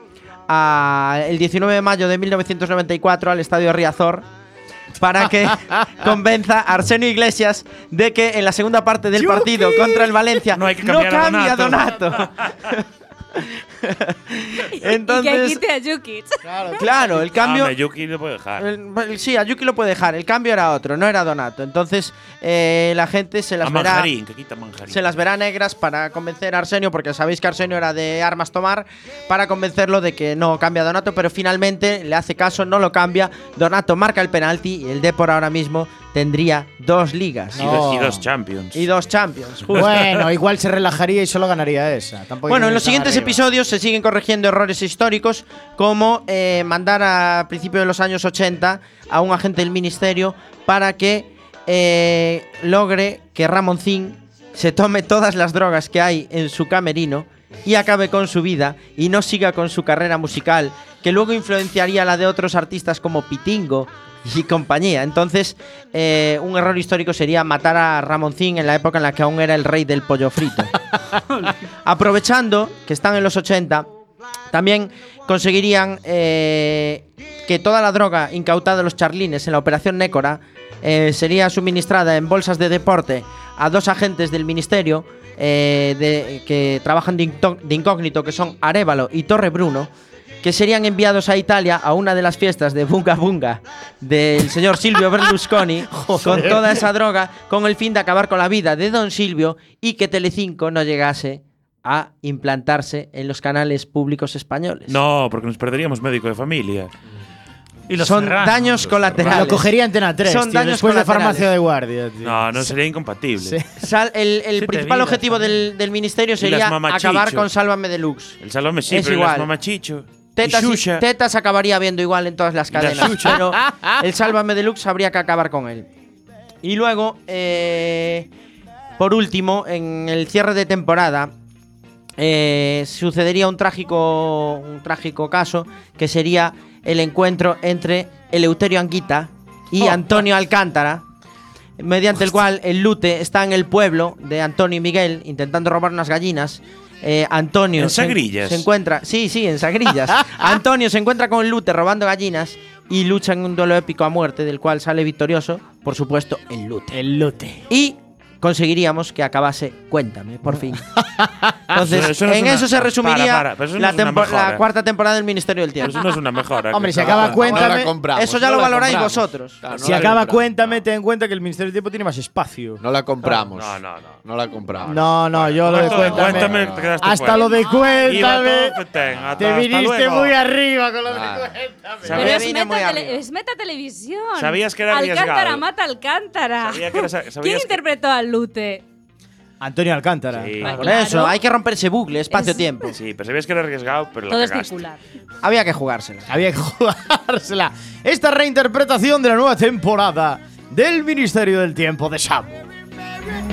Speaker 6: a- el 19 de mayo de 1994 al estadio Riazor para que convenza a Arsenio Iglesias de que en la segunda parte del partido contra el Valencia
Speaker 2: No hay que cambiar a
Speaker 6: cambie a
Speaker 2: Donato.
Speaker 6: Donato.
Speaker 5: y que
Speaker 6: Entonces,
Speaker 5: quite a Jukic.
Speaker 6: claro, el cambio
Speaker 2: Ah, Miyuki lo puede dejar.
Speaker 6: el- bueno, sí, a Yuki lo puede dejar. El cambio era otro, no era Donato. Entonces, eh, la gente se
Speaker 2: A
Speaker 6: las verá.
Speaker 2: manjarín, que quita manjarín.
Speaker 6: Se las verá negras para convencer a Arsenio, porque sabéis que Arsenio era de armas tomar, para convencerlo de que no cambia a Donato, pero finalmente le hace caso, no lo cambia. Donato marca el penalti y el Depor ahora mismo tendría dos ligas
Speaker 2: y, dos, y
Speaker 1: No.
Speaker 2: dos Champions.
Speaker 6: y dos Champions. justo.
Speaker 1: Bueno, igual se relajaría y solo ganaría esa. Tampoco
Speaker 6: Bueno, en
Speaker 1: iría
Speaker 6: los
Speaker 1: tan
Speaker 6: siguientes
Speaker 1: arriba.
Speaker 6: episodios se siguen corrigiendo errores históricos, como eh, mandar a principios de los años 80 a un agente del ministerio para que eh, logre que Ramoncín se tome todas las drogas que hay en su camerino y acabe con su vida y no siga con su carrera musical, que luego influenciaría la de otros artistas como Pitingo y compañía. Entonces, eh, un error histórico sería matar a Ramoncín en la época en la que aún era el rey del pollo frito. aprovechando que están en los 80, también conseguirían eh, que toda la droga incautada a los charlines en la operación Nécora eh, sería suministrada en bolsas de deporte a dos agentes del ministerio eh, de- que trabajan de, incó- de incógnito, que son Arevalo y Torre Bruno, que serían enviados a Italia a una de las fiestas de Bunga Bunga del señor Silvio Berlusconi con toda esa droga, con el fin de acabar con la vida de don Silvio y que Telecinco no llegase a implantarse en los canales públicos españoles.
Speaker 2: No, porque nos perderíamos médico de familia.
Speaker 4: Y los
Speaker 6: Son
Speaker 4: Serrano.
Speaker 6: daños
Speaker 1: Ah, Lo
Speaker 6: colaterales.
Speaker 1: cogería Antena 3,
Speaker 6: Son
Speaker 1: tío,
Speaker 6: daños
Speaker 1: después de
Speaker 6: colaterales.
Speaker 1: farmacia de guardia, tío.
Speaker 2: No, no sería incompatible.
Speaker 1: Sí.
Speaker 6: Sal- el el
Speaker 2: te
Speaker 6: principal
Speaker 2: digo,
Speaker 6: objetivo del, del ministerio sería
Speaker 2: las mamachicho.
Speaker 6: acabar con Sálvame Deluxe.
Speaker 2: El salón me sí,
Speaker 6: Es
Speaker 2: pero y
Speaker 6: igual.
Speaker 2: las mamachicho.
Speaker 6: Tetas,
Speaker 2: y
Speaker 6: y-
Speaker 2: Xuxa.
Speaker 6: tetas acabaría viendo igual en todas las
Speaker 2: la
Speaker 6: cadenas. pero el Sálvame Deluxe habría que acabar con él. Y luego, eh, por último, en el cierre de temporada, eh, sucedería un trágico, un trágico caso que sería el encuentro entre Eleuterio Anguita
Speaker 2: Oh.
Speaker 6: y Antonio Alcántara, mediante el cual el Lute está en el pueblo de Antonio y Miguel intentando robar unas gallinas. Eh, Antonio
Speaker 2: En
Speaker 6: se-
Speaker 2: Sagrillas.
Speaker 6: se encuentra, sí, sí, en Sagrillas. Antonio se encuentra con el Lute robando gallinas y lucha en un duelo épico a muerte del cual sale victorioso, por supuesto, el Lute.
Speaker 1: El lote.
Speaker 6: Y conseguiríamos que acabase Cuéntame, por fin. Entonces,
Speaker 2: Eso- eso no es
Speaker 6: en
Speaker 2: una-
Speaker 6: eso se
Speaker 2: para,
Speaker 6: resumiría
Speaker 2: para, pero eso no
Speaker 6: la,
Speaker 2: es una
Speaker 6: tempo-
Speaker 2: mejora.
Speaker 6: la cuarta temporada del Ministerio del
Speaker 2: Pero
Speaker 6: Tiempo.
Speaker 2: eso no es una mejora.
Speaker 1: Hombre,
Speaker 2: que-
Speaker 1: se acaba
Speaker 3: No
Speaker 1: cuéntame.
Speaker 3: la compramos,
Speaker 6: Eso ya
Speaker 3: no
Speaker 6: lo
Speaker 3: la
Speaker 6: valoráis
Speaker 3: compramos.
Speaker 6: vosotros.
Speaker 3: Claro, no
Speaker 1: si
Speaker 3: la
Speaker 1: acaba,
Speaker 3: compramos.
Speaker 1: cuéntame, ten en cuenta que el Ministerio del Tiempo tiene más espacio.
Speaker 3: No la compramos.
Speaker 2: No, no, no.
Speaker 3: No la compramos.
Speaker 1: No, no, yo lo de
Speaker 2: Cuéntame,
Speaker 1: cuéntame.
Speaker 2: cuéntame, te quedaste
Speaker 1: Hasta
Speaker 2: fuera.
Speaker 1: lo de
Speaker 2: Iba
Speaker 1: cuéntame.
Speaker 2: todo petén, hasta-
Speaker 1: Te
Speaker 2: hasta
Speaker 1: viniste
Speaker 2: luego.
Speaker 1: muy arriba con lo de
Speaker 3: Ah.
Speaker 1: cuéntame.
Speaker 5: Pero
Speaker 2: Sabía-
Speaker 5: es
Speaker 6: Viene muy
Speaker 5: meta, tele-
Speaker 6: arriba.
Speaker 5: es meta televisión.
Speaker 2: Sabías que era
Speaker 5: Alcántara
Speaker 2: arriesgado.
Speaker 5: mata a Alcántara.
Speaker 2: Sabía que era- sabías
Speaker 5: ¿Quién
Speaker 2: que-
Speaker 5: interpretó al Lute?
Speaker 1: Antonio Alcántara.
Speaker 2: Sí.
Speaker 5: Vale.
Speaker 6: Por
Speaker 5: Claro.
Speaker 6: eso, hay que romper ese bucle, espacio-tiempo.
Speaker 2: Sí, pero sabías que era arriesgado, pero
Speaker 5: Todo
Speaker 2: la
Speaker 5: es
Speaker 2: cagaste.
Speaker 5: circular.
Speaker 6: Había que jugársela.
Speaker 1: Había que jugársela. Esta reinterpretación de la nueva temporada del Ministerio del Tiempo de Samu.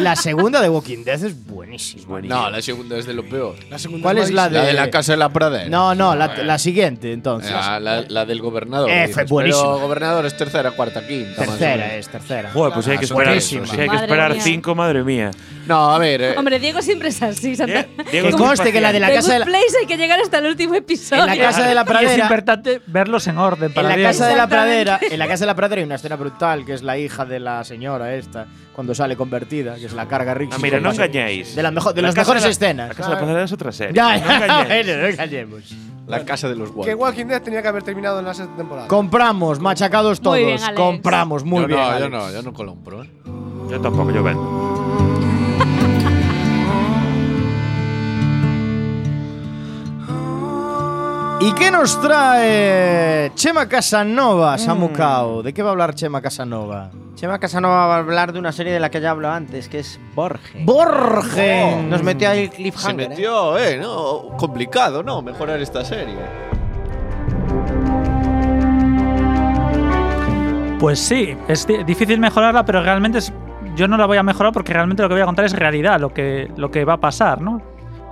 Speaker 1: La segunda de Walking Dead es buenísima.
Speaker 3: No, la segunda es de lo peor.
Speaker 7: la segunda
Speaker 1: ¿Cuál es la Ah, eh. de.?
Speaker 3: La de la Casa de la Pradera.
Speaker 1: No, no, la, la siguiente, entonces.
Speaker 3: Ah, la, la del gobernador.
Speaker 1: Eh, fue buenísima.
Speaker 3: Pero gobernador es tercera, cuarta, quinta. más o
Speaker 1: tercera
Speaker 3: menos.
Speaker 1: es, tercera.
Speaker 2: Joder, pues si hay que
Speaker 3: Ah, son
Speaker 2: esperar, si
Speaker 3: buenísimas.
Speaker 2: hay que
Speaker 5: Madre
Speaker 2: esperar
Speaker 5: mía.
Speaker 2: cinco, madre mía.
Speaker 3: No, a ver. eh,
Speaker 5: Hombre, Diego siempre es así. Santa-
Speaker 2: Die- Diego
Speaker 1: Que
Speaker 2: es muy
Speaker 1: conste que la de la
Speaker 5: The
Speaker 1: casa de la,
Speaker 5: Good Place hay que llegar hasta el último episodio.
Speaker 1: en la casa de la
Speaker 4: Y es
Speaker 1: pradera.
Speaker 4: importante verlos en orden.
Speaker 1: En
Speaker 4: Para
Speaker 1: la
Speaker 4: Diego.
Speaker 1: casa de la
Speaker 5: Exactamente.
Speaker 1: pradera, en la casa de la pradera hay una escena brutal que es la hija de la señora esta cuando sale convertida, que es la carga Rixi.
Speaker 2: Ah, mira, no
Speaker 1: Con base-
Speaker 2: engañéis.
Speaker 1: De, las mejo- de
Speaker 2: La
Speaker 1: las
Speaker 2: Casa
Speaker 1: mejores
Speaker 2: de la- La
Speaker 1: escenas.
Speaker 2: Casa de la Pradera es otra serie.
Speaker 1: Ya,
Speaker 2: No
Speaker 1: ya,
Speaker 2: engañéis.
Speaker 1: bueno, no engañemos.
Speaker 3: La casa de los
Speaker 7: Que
Speaker 3: Walking
Speaker 7: Walking Dead tenía que haber terminado en la sexta temporada.
Speaker 1: Compramos, machacados todos.
Speaker 5: Muy bien, Alex.
Speaker 1: Compramos, muy
Speaker 3: yo
Speaker 1: bien.
Speaker 3: no, yo
Speaker 1: Alex.
Speaker 3: no, yo no compro. ¿eh?
Speaker 2: Yo tampoco, yo vendo.
Speaker 1: ¿Y qué nos trae Chema
Speaker 5: Mm.
Speaker 1: Casanova, Samucao? ¿De qué va a hablar Chema Casanova?
Speaker 6: Chema Casanova va a hablar de una serie de la que ya habló antes, que es Borgen.
Speaker 5: Oh.
Speaker 1: ¡Borgen!
Speaker 6: Nos metió ahí el
Speaker 3: Se
Speaker 6: cliffhanger. ¿eh?
Speaker 3: metió, eh, ¿no? Complicado, ¿no? Mejorar esta serie.
Speaker 4: Pues sí, es di- difícil mejorarla, pero realmente es- yo no la voy a mejorar porque realmente lo que voy a contar es realidad, lo que, lo que va a pasar, ¿no?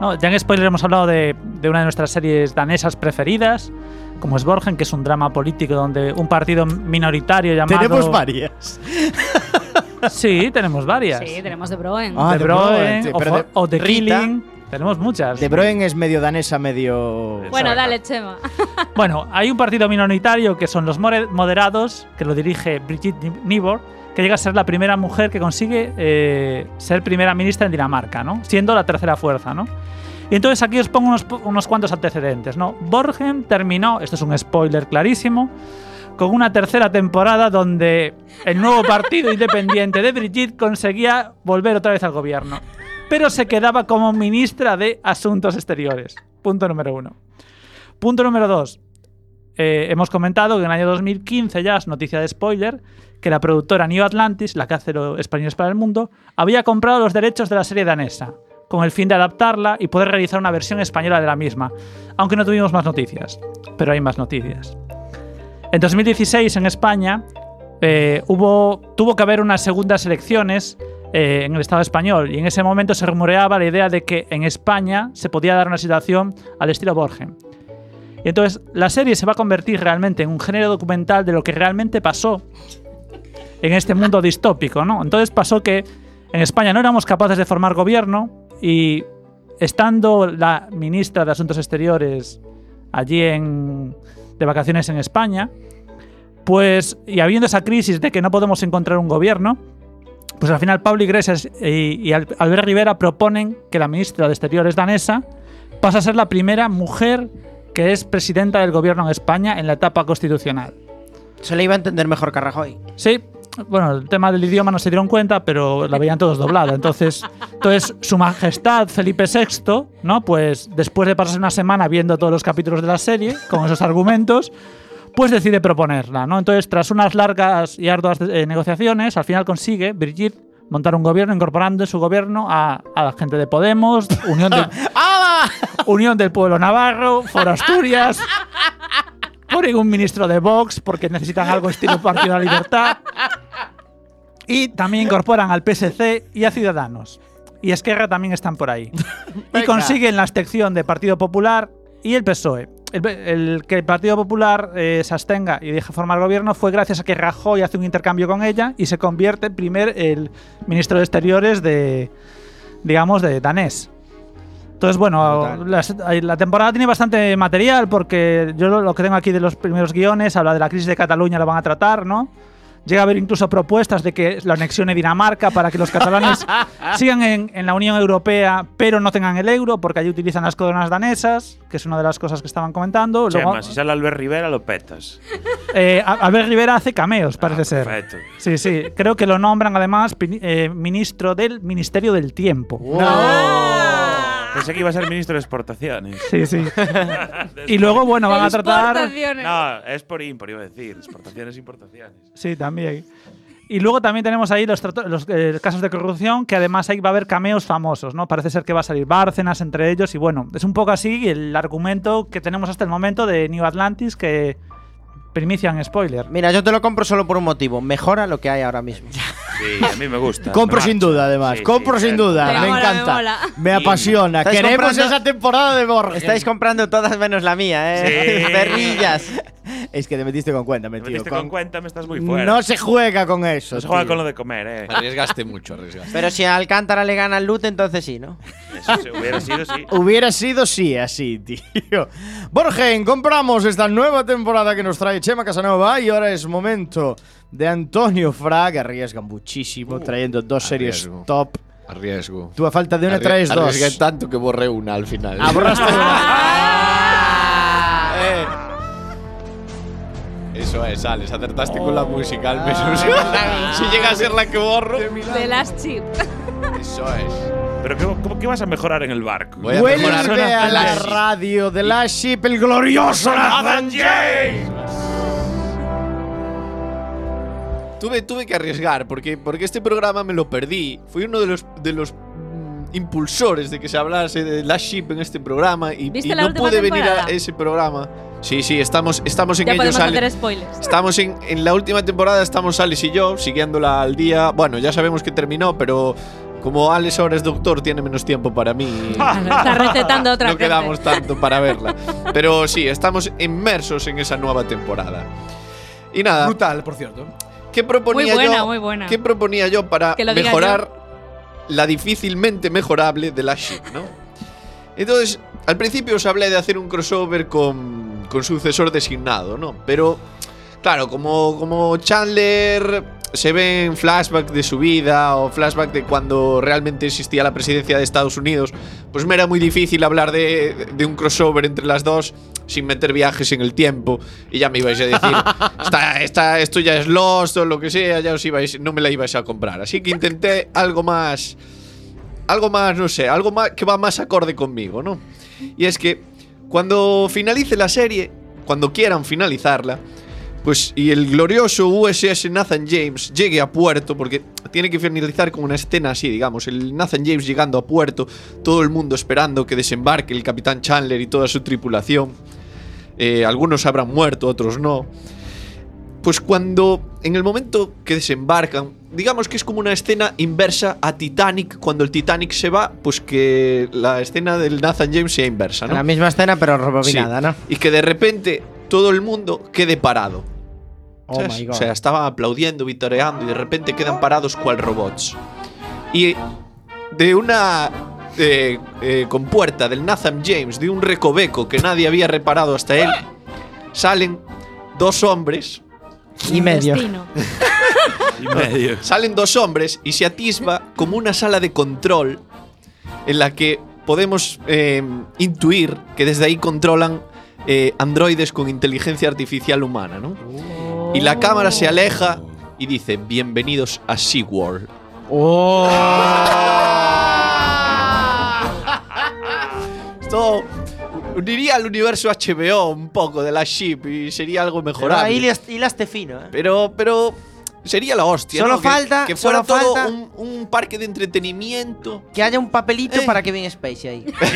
Speaker 4: No, ya en spoiler hemos hablado de, de una de nuestras series danesas preferidas, como es Borgen, que es un drama político donde un partido minoritario llamado...
Speaker 1: Tenemos varias.
Speaker 4: Sí, tenemos varias.
Speaker 5: Sí, tenemos de Broen.
Speaker 1: Ah,
Speaker 4: The
Speaker 1: The
Speaker 4: Broen,
Speaker 1: Broen,
Speaker 4: o,
Speaker 1: pero
Speaker 4: Fo-
Speaker 1: de-
Speaker 4: o The
Speaker 1: Rita.
Speaker 4: Killing. Tenemos muchas.
Speaker 1: De Broen es medio danesa, medio.
Speaker 5: bueno,
Speaker 2: Exacto.
Speaker 5: dale, Chema.
Speaker 4: Bueno, hay un partido minoritario que son los more- moderados, que lo dirige Brigitte Nibor, que llega a ser la primera mujer que consigue eh, ser primera ministra en Dinamarca, ¿no? Siendo la tercera fuerza, ¿no? Y entonces aquí os pongo unos, po- unos cuantos antecedentes, ¿no? Borgen terminó, esto es un spoiler clarísimo, con una tercera temporada donde el nuevo partido independiente de Brigitte conseguía volver otra vez al gobierno, pero se quedaba como ministra de Asuntos Exteriores. Punto número uno. Punto número dos. Eh, hemos comentado que en el año 2015 ya es noticia de spoiler que la productora New Atlantis, la que hace los españoles para el mundo, había comprado los derechos de la serie danesa con el fin de adaptarla y poder realizar una versión española de la misma, aunque no tuvimos más noticias, pero hay más noticias. En 2016 en España eh, hubo, tuvo que haber unas segundas elecciones eh, en el Estado español y en ese momento se rumoreaba la idea de que en España se podía dar una situación al estilo Borgen. Y entonces la serie se va a convertir realmente en un género documental de lo que realmente pasó en este mundo distópico, ¿no? Entonces pasó que en España no éramos capaces de formar gobierno y estando la ministra de Asuntos Exteriores allí en, de vacaciones en España, pues y habiendo esa crisis de que no podemos encontrar un gobierno, pues al final Pablo Iglesias y, y Al- Albert Rivera proponen que la ministra de Exteriores danesa pasa a ser la primera mujer que es presidenta del gobierno en España en la etapa constitucional.
Speaker 6: Se le iba a entender mejor que a Rajoy.
Speaker 4: Sí, bueno, el tema del idioma no se dieron cuenta, pero la veían todos doblada. Entonces, entonces su majestad Felipe VI, ¿no? Pues después de pasarse una semana viendo todos los capítulos de la serie, con esos argumentos, pues decide proponerla, ¿no? Entonces, tras unas largas y arduas eh, negociaciones, al final consigue Brigitte montar un gobierno incorporando en su gobierno a, a la gente de Podemos, Unión del, Unión del Pueblo Navarro, Foro Asturias, ponen un ministro de Vox porque necesitan algo estilo Partido de la Libertad. Y también incorporan al PSC y a Ciudadanos. Y Esquerra también están por ahí. y consiguen la excepción de Partido Popular y el PSOE. E. El, pe- el que el Partido Popular eh, se abstenga y deje formar gobierno fue gracias a que Rajoy hace un intercambio con ella y se convierte en primer el ministro de Exteriores de, digamos, de danés. Entonces, bueno, las- hay- la, temporada tiene bastante material porque yo lo, lo que tengo aquí de los primeros guiones habla de la crisis de Cataluña, lo van a tratar, ¿no? Llega a haber incluso propuestas de que la anexione Dinamarca para que los catalanes sigan en, en la Unión Europea, pero no tengan el euro, porque allí utilizan las coronas danesas, que es una de las cosas que estaban
Speaker 1: Pues
Speaker 4: comentando. Luego,
Speaker 2: Chema, si sale Albert Rivera, lo petas.
Speaker 4: eh, a- Albert Rivera hace cameos, parece ser.
Speaker 2: Perfecto.
Speaker 4: Sí, sí. Creo que lo nombran además pini- eh, ministro del Ministerio del Tiempo.
Speaker 2: Pensé que iba a ser ministro de exportaciones.
Speaker 4: Sí, sí. y luego, bueno, van a tratar.
Speaker 5: Exportaciones.
Speaker 2: No, es por impor, iba a decir. Exportaciones, importaciones.
Speaker 4: Sí, también. Y luego también tenemos ahí los, trato- los, eh, casos de corrupción, que además ahí va a haber cameos famosos, ¿no? Parece ser que va a salir Bárcenas entre ellos, y bueno, es un poco así el argumento que tenemos hasta el momento de New Atlantis, que primician spoiler.
Speaker 6: Mira, yo te lo compro solo por un motivo. Mejora lo que hay ahora mismo.
Speaker 2: Sí, a mí me gusta.
Speaker 1: Compro
Speaker 2: Me
Speaker 1: sin
Speaker 2: marcho.
Speaker 1: duda, además.
Speaker 2: Sí, sí,
Speaker 1: Compro sin
Speaker 2: cierto.
Speaker 1: duda.
Speaker 5: Me
Speaker 1: Me,
Speaker 5: mola, me
Speaker 1: encanta.
Speaker 5: mola.
Speaker 1: Me, apasiona.
Speaker 6: ¿Estáis
Speaker 1: Queremos
Speaker 6: comprando-
Speaker 1: esa temporada de Borges.
Speaker 6: Estáis comprando todas menos la mía, ¿eh?
Speaker 2: Sí.
Speaker 6: Perrillas.
Speaker 1: Es que te metiste con cuenta,
Speaker 2: Te
Speaker 1: metido.
Speaker 2: metiste
Speaker 1: con-
Speaker 2: con cuenta, me estás muy fuera.
Speaker 1: No se juega con eso.
Speaker 2: No se juega
Speaker 1: tío.
Speaker 2: con lo de comer, eh.
Speaker 3: Arriesgaste mucho, arriesgaste.
Speaker 6: Pero si a Alcántara le gana el loot, entonces sí, ¿no?
Speaker 2: Eso se hubiera sido, sí.
Speaker 1: Hubiera sido sí, así, tío. Borgen, compramos esta nueva temporada que nos trae Chema Casanova y ahora es momento de Antonio Fra, que arriesga
Speaker 2: Uh,
Speaker 1: muchísimo trayendo dos series
Speaker 3: arriesgo.
Speaker 1: top.
Speaker 3: Arriesgo.
Speaker 1: Tú a falta de una
Speaker 3: Arrie-
Speaker 1: traes dos.
Speaker 3: Arriesgué tanto que borré una al final.
Speaker 1: Ahorraste
Speaker 3: Ah,
Speaker 5: Ah,
Speaker 3: Eh. Eso es, Alex. Acertaste con la musical. pero si- si llega a ser la que borro.
Speaker 5: De las chip.
Speaker 3: Eso es.
Speaker 2: Pero ¿qué, cómo- qué vas a mejorar en el barco?
Speaker 3: Voy a mejorar
Speaker 1: Vuelve a la
Speaker 3: las-
Speaker 1: radio de la ship el glorioso Nathan James.
Speaker 3: Tuve, tuve que arriesgar porque, porque este programa me lo perdí. Fui uno de los, de los mm, impulsores de que se hablase de Last Ship en este programa y,
Speaker 5: ¿Viste
Speaker 3: y
Speaker 5: la
Speaker 3: no
Speaker 5: última
Speaker 3: pude venir a
Speaker 5: temporada?
Speaker 3: ese programa. Sí, sí, estamos, estamos en
Speaker 5: Ya
Speaker 3: ellos.
Speaker 5: podemos
Speaker 3: Ale.
Speaker 5: hacer spoilers.
Speaker 3: Estamos en, en la última temporada, estamos Alex y yo, siguiéndola al día. Bueno, ya sabemos que terminó, pero como Alex ahora es doctor, tiene menos tiempo para mí.
Speaker 5: Está recetando a Ah, otra
Speaker 3: no
Speaker 5: gente.
Speaker 3: quedamos tanto para verla. Pero sí, estamos inmersos en esa nueva temporada. Y nada,
Speaker 7: Brutal, por cierto.
Speaker 3: ¿qué proponía
Speaker 5: Muy buena,
Speaker 3: yo?
Speaker 5: muy buena.
Speaker 3: ¿Qué proponía yo para
Speaker 5: Que lo diga
Speaker 3: mejorar la difícilmente mejorable de la ship, no? Entonces, al principio os hablé de hacer un crossover con, con sucesor designado, ¿no? Pero, claro, como, como Chandler se ve en flashback de su vida o flashback de cuando realmente existía la presidencia de Estados Unidos, pues me era muy difícil hablar de, de un crossover entre las dos sin meter viajes en el tiempo. Y ya me ibais a decir, "Está- está- esto ya es Lost o lo que sea, ya os ibais, no me la ibais a comprar. Así que intenté algo más algo más, no sé, algo más que va más acorde conmigo, ¿no? Y es que cuando finalice la serie, cuando quieran finalizarla, pues y el glorioso USS Nathan James llegue a puerto, porque tiene que finalizar con una escena así, digamos, el Nathan James llegando a puerto, todo el mundo esperando que desembarque el capitán Chandler y toda su tripulación. Eh, algunos habrán muerto, otros no. Pues cuando, en el momento que desembarcan, digamos que es como una escena inversa a Titanic, cuando el Titanic se va, pues que la escena del Nathan James sea inversa, ¿no?
Speaker 6: La misma escena, pero rebobinada,
Speaker 3: Sí.
Speaker 6: ¿no?
Speaker 3: Y que de repente todo el mundo quede parado.
Speaker 6: Oh
Speaker 3: ¿Sabes?
Speaker 6: my
Speaker 3: O
Speaker 6: god.
Speaker 3: sea, estaban aplaudiendo, vitoreando y de repente quedan parados cual robots. Y de una eh, eh, compuerta del Nathan James, de un recoveco que nadie había reparado hasta él, salen dos hombres.
Speaker 6: y medio.
Speaker 5: Destino.
Speaker 2: Y medio.
Speaker 3: Salen dos hombres y se atisba como una sala de control en la que podemos eh, intuir que desde ahí controlan eh, androides con inteligencia artificial humana, ¿no? Y la cámara se aleja y dice, bienvenidos a SeaWorld. Esto uniría al universo HBO un poco de la ship y sería algo mejorable.
Speaker 6: Ahí lias- hilaste fino, ¿eh?
Speaker 3: Pero, pero sería la hostia.
Speaker 6: Solo
Speaker 3: ¿no? Que-
Speaker 6: falta-
Speaker 3: que, fuera
Speaker 6: solo
Speaker 3: todo
Speaker 6: falta-
Speaker 3: un, un parque de entretenimiento.
Speaker 6: Que haya un papelito
Speaker 3: Eh.
Speaker 6: para Kevin Spacey ahí.
Speaker 2: Sí,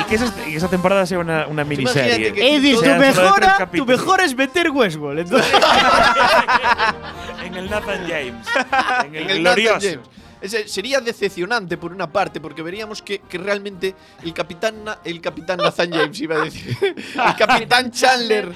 Speaker 2: y que, esa, y que esa temporada sea una, una miniserie.
Speaker 3: Imagínate que- Eddie,
Speaker 2: O
Speaker 3: tu
Speaker 2: sea, solo de tres
Speaker 1: tu
Speaker 2: capítulos.
Speaker 1: mejor es meter Westworld. Entonces,
Speaker 2: En el Nathan James. En el,
Speaker 3: En el
Speaker 2: glorioso.
Speaker 3: Nathan James. Ese- sería decepcionante por una parte, porque veríamos que, que realmente el capitán, Na- el capitán Nathan James iba a decir. El capitán Chandler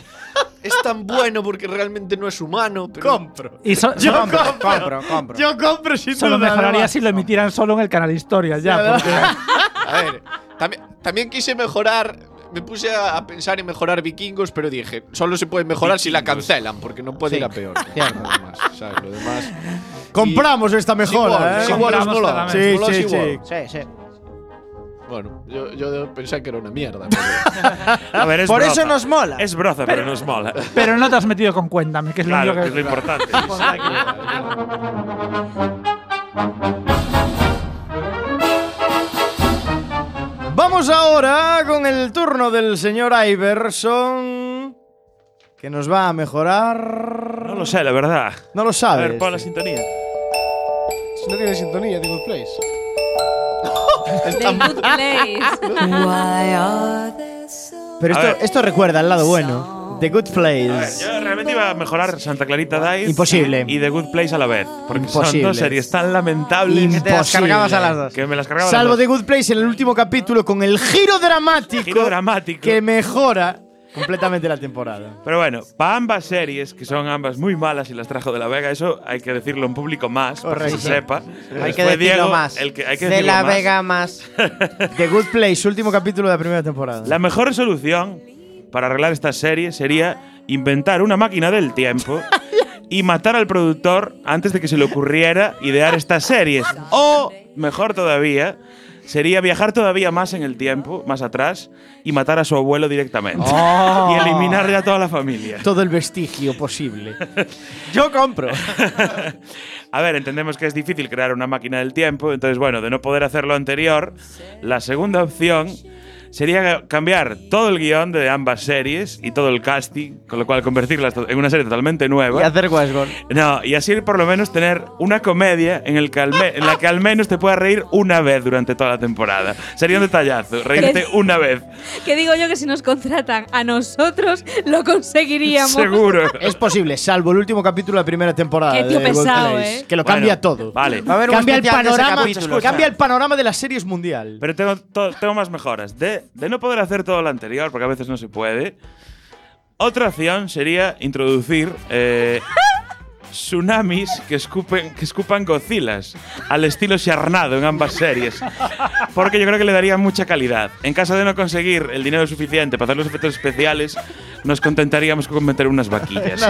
Speaker 3: es tan bueno porque realmente no es humano. Pero
Speaker 1: compro.
Speaker 4: Y so-
Speaker 1: Yo
Speaker 4: solo,
Speaker 1: compro,
Speaker 6: compro, compro.
Speaker 1: Yo compro sin
Speaker 4: solo
Speaker 1: duda,
Speaker 4: mejoraría
Speaker 1: además.
Speaker 4: si lo emitieran solo en el canal Historia ya.
Speaker 1: además.
Speaker 4: porque-
Speaker 3: A ver, también, también quise mejorar. Me puse a a pensar en mejorar vikingos, pero dije, solo se puede mejorar si la cancelan, porque no puede
Speaker 6: Sí,
Speaker 3: ir a peor.
Speaker 6: cierto.
Speaker 3: Lo demás, ¿sabes? Lo demás.
Speaker 1: Compramos esta mejora,
Speaker 3: Sí,
Speaker 1: ¿eh?
Speaker 3: bueno,
Speaker 4: Compramos
Speaker 3: sí, bueno,
Speaker 4: totalmente.
Speaker 3: sí,
Speaker 1: Sí,
Speaker 3: bueno,
Speaker 1: sí,
Speaker 3: sí,
Speaker 1: sí.
Speaker 3: bueno.
Speaker 6: Sí, sí.
Speaker 3: Bueno, yo, yo pensé que era una mierda. pero-
Speaker 2: A ver, es
Speaker 6: Por eso
Speaker 2: broza.
Speaker 6: nos mola.
Speaker 2: Es broza, pero, nos mola.
Speaker 4: Pero no te has metido con Cuéntame, que es
Speaker 2: Claro,
Speaker 4: lo
Speaker 2: que es
Speaker 4: único
Speaker 2: lo
Speaker 4: que.
Speaker 2: importante.
Speaker 1: Vamos ahora con el turno del señor Iverson, que nos va a mejorar.
Speaker 2: No lo sé, la verdad.
Speaker 1: No lo
Speaker 2: A
Speaker 1: sabes.
Speaker 2: ver, pon la sintonía.
Speaker 7: Si no tiene sintonía, digo plays.
Speaker 5: The Good Place.
Speaker 1: Pero
Speaker 2: A
Speaker 1: esto,
Speaker 2: ver.
Speaker 1: esto recuerda al lado bueno. The Good
Speaker 2: A ver,
Speaker 1: Place.
Speaker 2: yo realmente iba a mejorar Santa Clarita Dice
Speaker 1: Imposible.
Speaker 2: y The Good Place a la vez. Porque son
Speaker 1: Imposible.
Speaker 2: dos series tan lamentables
Speaker 6: Que te las cargabas a las dos.
Speaker 2: que me las cargaba. las
Speaker 1: Salvo
Speaker 2: dos.
Speaker 1: The Good Place en el último capítulo con el giro dramático,
Speaker 2: Giro dramático.
Speaker 1: que mejora completamente la temporada.
Speaker 2: Pero bueno, para ambas series, que son ambas muy malas y las trajo de la Vega, eso hay que decirlo en público más, para que
Speaker 1: Correcto.
Speaker 2: se sepa.
Speaker 6: Hay que
Speaker 2: Fue
Speaker 6: decirlo
Speaker 2: Diego
Speaker 6: más.
Speaker 2: el que- hay que
Speaker 6: de
Speaker 2: decirlo
Speaker 6: la
Speaker 2: más.
Speaker 6: Vega más.
Speaker 1: The Good Place, último capítulo de la primera temporada.
Speaker 2: La mejor solución para arreglar esta serie sería inventar una máquina del tiempo y matar al productor antes de que se le ocurriera idear estas series. O, mejor todavía, sería viajar todavía más en el tiempo, más atrás, y matar a su abuelo directamente.
Speaker 1: Oh.
Speaker 2: Y eliminarle a toda la familia.
Speaker 1: Todo el vestigio posible. Yo compro.
Speaker 2: A ver, entendemos que es difícil crear una máquina del tiempo, entonces bueno, de no poder hacer lo anterior, la segunda opción sería cambiar todo el guión de ambas series y todo el casting, con lo cual convertirlas to- en una serie totalmente nueva.
Speaker 6: Y hacer Westworld.
Speaker 2: No, y así por lo menos tener una comedia en, el que al me- en la que al menos te puedas reír una vez durante toda la temporada. Sería un detallazo, reírte
Speaker 5: Es-
Speaker 2: una vez.
Speaker 5: Que digo yo que si nos contratan a nosotros, lo conseguiríamos.
Speaker 2: Seguro.
Speaker 1: Es posible, salvo el último capítulo de la primera temporada.
Speaker 5: Qué tío
Speaker 1: de World
Speaker 5: pesado,
Speaker 1: Place,
Speaker 5: ¿eh?
Speaker 1: Que lo
Speaker 2: Bueno,
Speaker 1: cambia todo.
Speaker 2: Vale.
Speaker 6: Va a haber un
Speaker 1: Cambia el,
Speaker 6: especial de ese
Speaker 1: panorama,
Speaker 6: capítulo.
Speaker 1: cambia el panorama de las series mundial.
Speaker 2: Pero tengo, to- tengo más mejoras. De, de no poder hacer todo lo anterior, porque a veces no se puede. Otra opción sería introducir eh, tsunamis que, escupen, que escupan Godzillas, al estilo charnado en ambas series. Porque yo creo que le daría mucha calidad. En caso de no conseguir el dinero suficiente para hacer los efectos especiales, nos contentaríamos con meter unas vaquillas.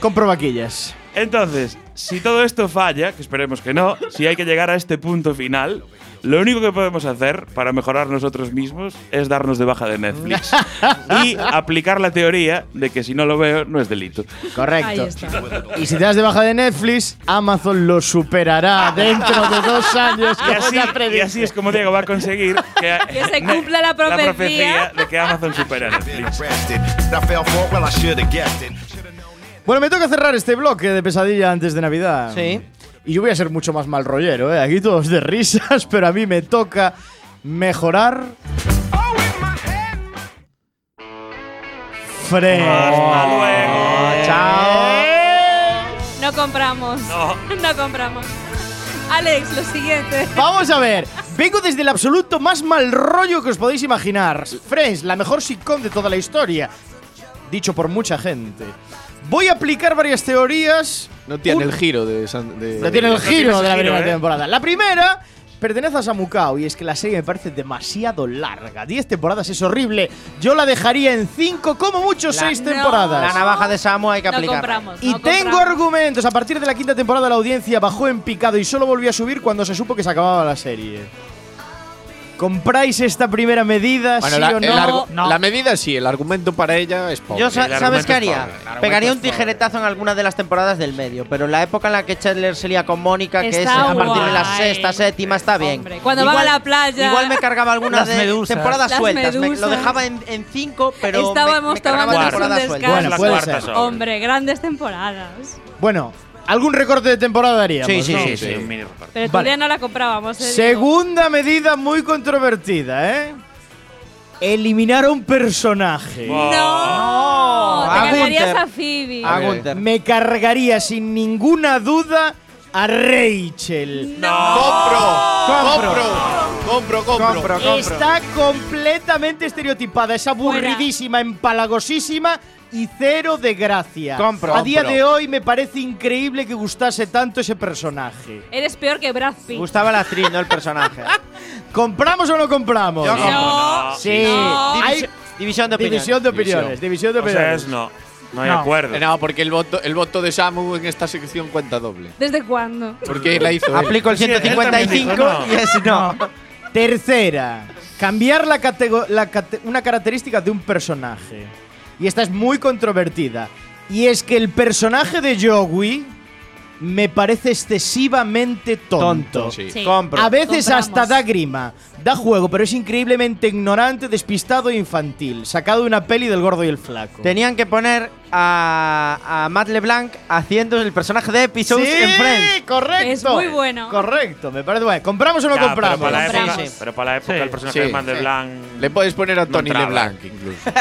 Speaker 1: Compro vaquillas.
Speaker 2: Entonces, si todo esto falla, que esperemos que no, si hay que llegar a este punto final, lo único que podemos hacer para mejorar nosotros mismos es darnos de baja de Netflix y aplicar la teoría de que si no lo veo no es delito.
Speaker 5: Ahí
Speaker 1: Correcto.
Speaker 5: está.
Speaker 1: Y si te das de baja de Netflix, Amazon lo superará dentro de dos años.
Speaker 2: Y
Speaker 1: como
Speaker 2: así,
Speaker 1: ya predice.
Speaker 2: y así es como Diego va a conseguir que,
Speaker 5: Ah, Que se cumpla la profecía.
Speaker 2: de que Amazon supera a Netflix.
Speaker 9: Rested. I fell for it, well, I should have guessed it.
Speaker 1: Bueno, me toca cerrar este bloque de pesadilla antes de Navidad.
Speaker 6: Sí.
Speaker 1: Y yo voy a ser mucho más mal rollero, ¿eh? Aquí todos de risas, pero a mí me toca mejorar. Fre-
Speaker 6: Oh.
Speaker 2: Hasta luego. Eh.
Speaker 5: No compramos.
Speaker 2: No.
Speaker 5: No compramos. Alex, lo siguiente.
Speaker 1: Vamos a ver. Vengo desde el absoluto más mal rollo que os podéis imaginar. Friends, la mejor sitcom de toda la historia. Dicho por mucha gente. Voy a aplicar varias teorías.
Speaker 3: No tiene
Speaker 1: Un-
Speaker 3: el giro de. San- de-
Speaker 1: No tiene el
Speaker 2: No tiene
Speaker 1: giro
Speaker 2: ese
Speaker 1: de la
Speaker 2: giro,
Speaker 1: primera
Speaker 2: ¿eh?
Speaker 1: temporada. La primera pertenece a Samucao y es que la serie me parece demasiado larga. Diez temporadas es horrible. Yo la dejaría en cinco, como mucho seis
Speaker 5: no.
Speaker 1: temporadas.
Speaker 6: La navaja de Samu hay que
Speaker 5: No
Speaker 6: aplicarla.
Speaker 5: compramos.
Speaker 1: Y
Speaker 5: no
Speaker 1: tengo
Speaker 5: compramos.
Speaker 1: argumentos. A partir de la quinta temporada la audiencia bajó en picado y solo volvió a subir cuando se supo que se acababa la serie. ¿Compráis esta primera medida,
Speaker 3: Bueno,
Speaker 1: sí
Speaker 3: la,
Speaker 1: o
Speaker 3: el
Speaker 1: no?
Speaker 3: argu-
Speaker 4: No.
Speaker 3: la medida sí, el argumento para ella es pobre.
Speaker 6: Yo sa-
Speaker 2: el
Speaker 6: sabes
Speaker 2: argumento
Speaker 6: qué
Speaker 2: es
Speaker 6: haría.
Speaker 2: pobre, el
Speaker 6: Pegaría un tijeretazo en alguna de las temporadas del medio, pero en la época en la que Chandler se lía con Mónica, que es
Speaker 5: Está
Speaker 6: a partir de la
Speaker 5: guay.
Speaker 6: sexta, séptima, está bien.
Speaker 5: Hombre, cuando van a la playa.
Speaker 6: Igual me cargaba alguna
Speaker 4: Las
Speaker 6: de
Speaker 4: medusas.
Speaker 6: temporadas
Speaker 5: Las
Speaker 6: sueltas. me- lo
Speaker 5: medusas.
Speaker 6: dejaba en, en cinco, pero
Speaker 5: Estábamos
Speaker 6: me, me cargaba
Speaker 5: tomándonos
Speaker 2: un
Speaker 6: temporadas
Speaker 5: descanso.
Speaker 6: sueltas.
Speaker 1: Bueno,
Speaker 2: Es la
Speaker 1: puede
Speaker 2: cuarta
Speaker 1: ser.
Speaker 2: sobre.
Speaker 5: Hombre, grandes temporadas.
Speaker 1: Bueno, algún recorte de temporada haríamos.
Speaker 6: Sí, sí,
Speaker 1: ¿no?
Speaker 6: sí,
Speaker 2: Sí,
Speaker 6: sí.
Speaker 2: un mini reparto.
Speaker 5: Pero
Speaker 1: Vale.
Speaker 5: todavía no la comprábamos. ¿eh?
Speaker 1: Segunda medida muy controvertida, ¿eh? Eliminar a un personaje.
Speaker 5: Digo.
Speaker 6: No,
Speaker 5: No,
Speaker 6: a
Speaker 5: te cargarías
Speaker 6: Gunther.
Speaker 5: a Phoebe.
Speaker 6: A
Speaker 3: Ok.
Speaker 6: Gunther.
Speaker 1: Me cargaría sin ninguna duda a Rachel.
Speaker 3: compro, compro, compro, compro.
Speaker 1: Está completamente estereotipada, es aburridísima, empalagosísima y cero de gracia.
Speaker 6: Compro.
Speaker 1: A día
Speaker 6: Compro.
Speaker 1: de hoy me parece increíble que gustase tanto ese personaje.
Speaker 5: Eres peor que Brad Pitt.
Speaker 6: Gustaba la actriz, no el personaje.
Speaker 1: ¿Compramos o no compramos?
Speaker 6: Yo compro.
Speaker 5: No.
Speaker 1: Sí.
Speaker 5: No.
Speaker 1: Hay
Speaker 6: División de opinión.
Speaker 1: división de opiniones, división
Speaker 3: División.
Speaker 1: de
Speaker 2: O sea, es
Speaker 1: opiniones.
Speaker 2: no. No hay
Speaker 4: No.
Speaker 2: acuerdo.
Speaker 3: No, porque el voto, el voto de Samu en esta sección cuenta doble.
Speaker 5: ¿Desde cuándo?
Speaker 3: Porque la hizo. él.
Speaker 6: Aplico el
Speaker 2: Sí, él también
Speaker 6: 155
Speaker 2: dijo no.
Speaker 6: y es no.
Speaker 1: Tercera, cambiar la catego- la cate- una característica de un personaje. Y esta es muy controvertida. Y es que el personaje de Joey me parece excesivamente tonto.
Speaker 3: Sí.
Speaker 5: Sí.
Speaker 6: Compro.
Speaker 1: A veces
Speaker 5: Compramos.
Speaker 1: hasta da grima, da juego, pero es increíblemente ignorante, despistado e infantil, sacado de una peli del gordo y el flaco.
Speaker 6: Tenían que poner a, a Matt LeBlanc haciendo el personaje de Episodes
Speaker 1: Sí,
Speaker 6: en Friends.
Speaker 1: correcto.
Speaker 5: Es muy bueno.
Speaker 1: Correcto, me parece bueno. ¿Compramos o no
Speaker 2: Ya,
Speaker 1: compramos?
Speaker 2: Pero para la época,
Speaker 6: Compramos.
Speaker 2: pero para la época
Speaker 4: Sí.
Speaker 2: el personaje
Speaker 3: Sí.
Speaker 2: de Mandelblanc…
Speaker 3: Le puedes poner a
Speaker 2: No
Speaker 3: Tony
Speaker 2: entraba.
Speaker 3: LeBlanc, incluso.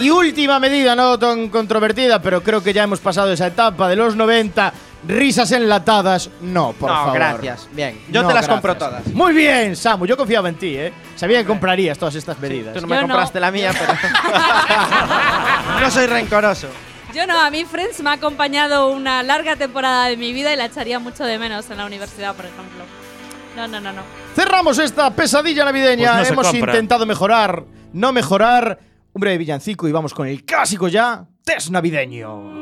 Speaker 1: Y última medida, no tan controvertida, pero creo que ya hemos pasado esa etapa de los 90. Risas enlatadas, no, por
Speaker 6: no,
Speaker 1: favor.
Speaker 6: gracias. Bien. Yo
Speaker 1: No,
Speaker 6: te las
Speaker 1: gracias.
Speaker 6: compro todas.
Speaker 1: Muy bien, Samu, yo confiaba en ti, ¿eh? Sabía que comprarías todas estas medidas.
Speaker 6: Tú no me
Speaker 5: Yo no.
Speaker 6: compraste la mía, pero. no soy rencoroso.
Speaker 5: Yo no, a mí Friends me ha acompañado una larga temporada de mi vida y la echaría mucho de menos en la universidad, por ejemplo. No, no, no, no.
Speaker 1: Cerramos esta pesadilla navideña.
Speaker 2: Pues no se
Speaker 1: Hemos
Speaker 2: compra.
Speaker 1: intentado mejorar, no mejorar. Un breve villancico y vamos con el clásico ya, test navideño.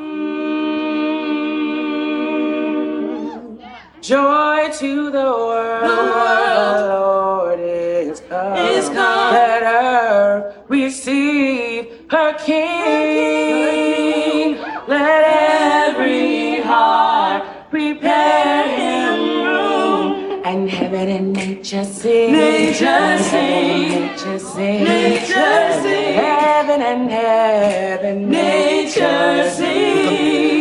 Speaker 9: Joy to the world. The Lord is come.
Speaker 8: Is come.
Speaker 9: Let her receive her King. Let every heart prepare him room. And heaven and nature sing.
Speaker 8: Nature
Speaker 9: Heaven
Speaker 8: sing.
Speaker 9: and Nature sing.
Speaker 8: Nature sing.
Speaker 9: Heaven and heaven.
Speaker 8: Nature sing.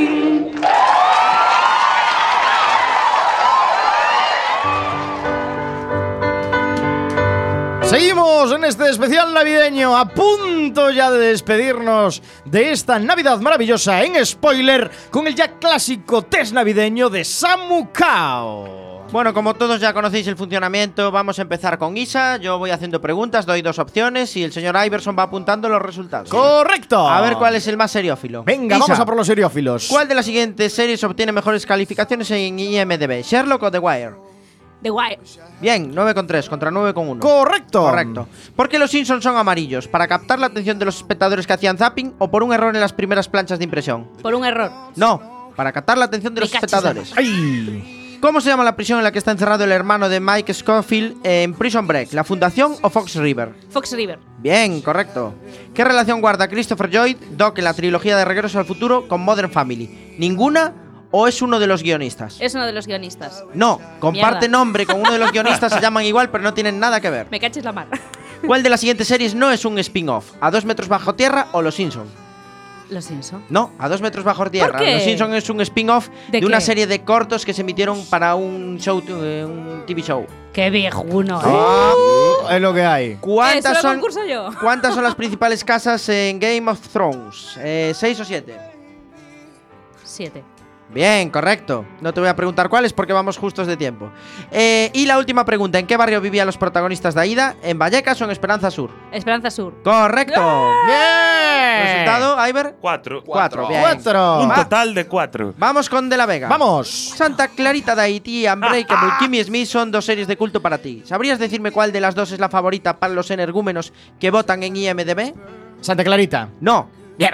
Speaker 1: Seguimos en este especial navideño, a punto ya de despedirnos de esta Navidad maravillosa en spoiler con el ya clásico test navideño de Samu Kao.
Speaker 6: Bueno, como todos ya conocéis el funcionamiento, vamos a empezar con Isa. Yo voy haciendo preguntas, doy dos opciones y el señor Iverson va apuntando los resultados.
Speaker 1: ¡Correcto!
Speaker 6: A ver cuál es el más seriófilo.
Speaker 1: Venga,
Speaker 6: Isa,
Speaker 1: vamos a por los seriófilos.
Speaker 6: ¿Cuál de las siguientes series obtiene mejores calificaciones en IMDb? ¿Sherlock o The Wire?
Speaker 5: The Wire.
Speaker 6: Bien, 9,3 contra 9,1.
Speaker 1: Correcto.
Speaker 6: Correcto. ¿Por qué los Simpsons son amarillos? ¿Para captar la atención de los espectadores que hacían zapping o por un error en las primeras planchas de impresión?
Speaker 5: Por un error.
Speaker 6: No, para captar la atención
Speaker 5: Me
Speaker 6: de los
Speaker 5: cachis
Speaker 6: espectadores.
Speaker 1: Ay.
Speaker 6: ¿Cómo se llama la prisión en la que está encerrado el hermano de Mike Scofield en Prison Break? ¿La Fundación o Fox River?
Speaker 5: Fox River.
Speaker 6: Bien, correcto. ¿Qué relación guarda Christopher Lloyd, Doc en la trilogía de Regreso al Futuro con Modern Family? ¿Ninguna o es uno de los guionistas?
Speaker 5: Es uno de los guionistas.
Speaker 6: No, comparte
Speaker 5: Mierda.
Speaker 6: nombre con uno de los guionistas, se llaman igual, pero no tienen nada que ver.
Speaker 5: Me caches la mar.
Speaker 6: ¿Cuál de las siguientes series no es un spin-off? ¿A dos metros bajo tierra o Los Simpson?
Speaker 5: Lo siento.
Speaker 6: No, a dos metros bajo tierra.
Speaker 5: qué?
Speaker 6: Los Simpson es un spin-off
Speaker 5: ¿De
Speaker 6: de, una
Speaker 5: qué?
Speaker 6: serie de cortos que se emitieron para un show, eh, un TV show.
Speaker 5: Qué viejuno, ¿eh?
Speaker 6: Ah.
Speaker 1: Es lo que hay.
Speaker 6: ¿Cuántas
Speaker 5: ¿Eso lo
Speaker 6: son,
Speaker 5: Eh, concurso yo?
Speaker 6: ¿Cuántas son las principales casas en Game of Thrones? Eh, ¿Seis o siete?
Speaker 5: Siete.
Speaker 6: Bien, correcto. No te voy a preguntar cuáles porque vamos justos de tiempo. Eh, y la última pregunta: ¿en qué barrio vivían los protagonistas de Aida? ¿En Vallecas o en Esperanza Sur?
Speaker 5: Esperanza Sur.
Speaker 6: Correcto.
Speaker 5: ¡Eh!
Speaker 1: ¡Bien!
Speaker 6: ¿Resultado, Iver?
Speaker 2: Cuatro.
Speaker 6: Cuatro. Bien.
Speaker 1: Cuatro.
Speaker 2: Un
Speaker 6: Va-
Speaker 2: total de cuatro.
Speaker 6: Vamos con De la Vega.
Speaker 1: Vamos.
Speaker 6: Santa Clarita de Haití, Unbreakable, Kimmy Smith son dos series de culto para ti. ¿Sabrías decirme cuál de las dos es la favorita para los energúmenos que votan en IMDB?
Speaker 1: Santa Clarita.
Speaker 6: No.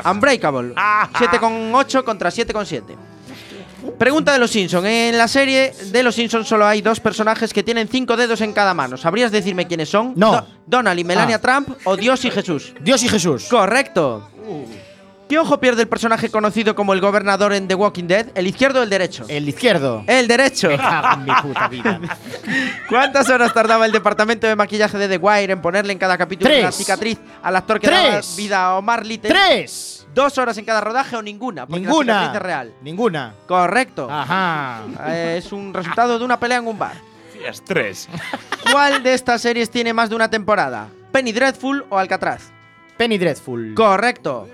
Speaker 6: Unbreakable.
Speaker 1: Ah.
Speaker 6: 7,8 contra 7,7. Pregunta de los Simpsons. En la serie de los Simpsons solo hay dos personajes que tienen cinco dedos en cada mano. ¿Sabrías decirme quiénes son?
Speaker 1: No.
Speaker 6: Donald y Melania
Speaker 1: Ah.
Speaker 6: Trump o Dios y Jesús.
Speaker 1: Dios y Jesús.
Speaker 6: Correcto. ¿Qué ojo pierde el personaje conocido como el gobernador en The Walking Dead? ¿El izquierdo o el derecho?
Speaker 1: El izquierdo.
Speaker 6: El derecho.
Speaker 1: Cago en mi puta vida.
Speaker 6: ¿Cuántas horas tardaba el departamento de maquillaje de The Wire en ponerle en cada capítulo
Speaker 1: Tres.
Speaker 6: una cicatriz al actor que
Speaker 1: Tres.
Speaker 6: daba vida a Omar Little?
Speaker 1: Tres.
Speaker 6: ¿Dos horas en cada rodaje o ninguna? Porque la
Speaker 1: Ninguna. Ah.
Speaker 6: cicatriz es real.
Speaker 1: Ninguna.
Speaker 6: Correcto.
Speaker 1: Ajá.
Speaker 6: Eh, es un resultado de una pelea en un bar.
Speaker 2: Hostias, tres.
Speaker 6: ¿Cuál de estas series tiene más de una temporada? ¿Penny Dreadful o Alcatraz?
Speaker 1: Penny Dreadful.
Speaker 6: Correcto.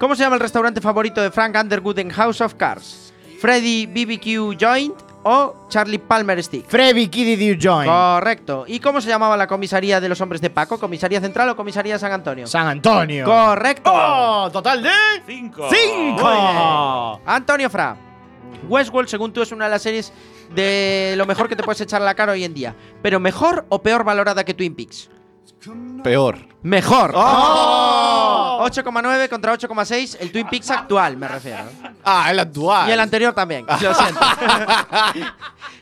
Speaker 6: ¿Cómo se llama el restaurante favorito de Frank Underwood en House of Cards? ¿Freddy BBQ Joint o Charlie Palmer Stick?
Speaker 1: Freddy Kiddy Dew Join.
Speaker 6: Correcto. ¿Y cómo se llamaba la comisaría de los hombres de Paco? ¿Comisaría Central o Comisaría San Antonio?
Speaker 1: San Antonio.
Speaker 6: Correcto.
Speaker 1: Oh, total de.
Speaker 2: Cinco.
Speaker 1: ¡Cinco!
Speaker 6: Antonio Fra. Westworld, según tú, es una de las series de lo mejor que te puedes echar a la cara hoy en día. Pero mejor o peor valorada que Twin Peaks? ¡Oh!
Speaker 3: Peor.
Speaker 6: Mejor.
Speaker 1: ¡Oh!
Speaker 6: 8,9 contra 8,6. El Twin Peaks actual, me refiero.
Speaker 3: Ah, el actual.
Speaker 6: Y el anterior también. Lo siento.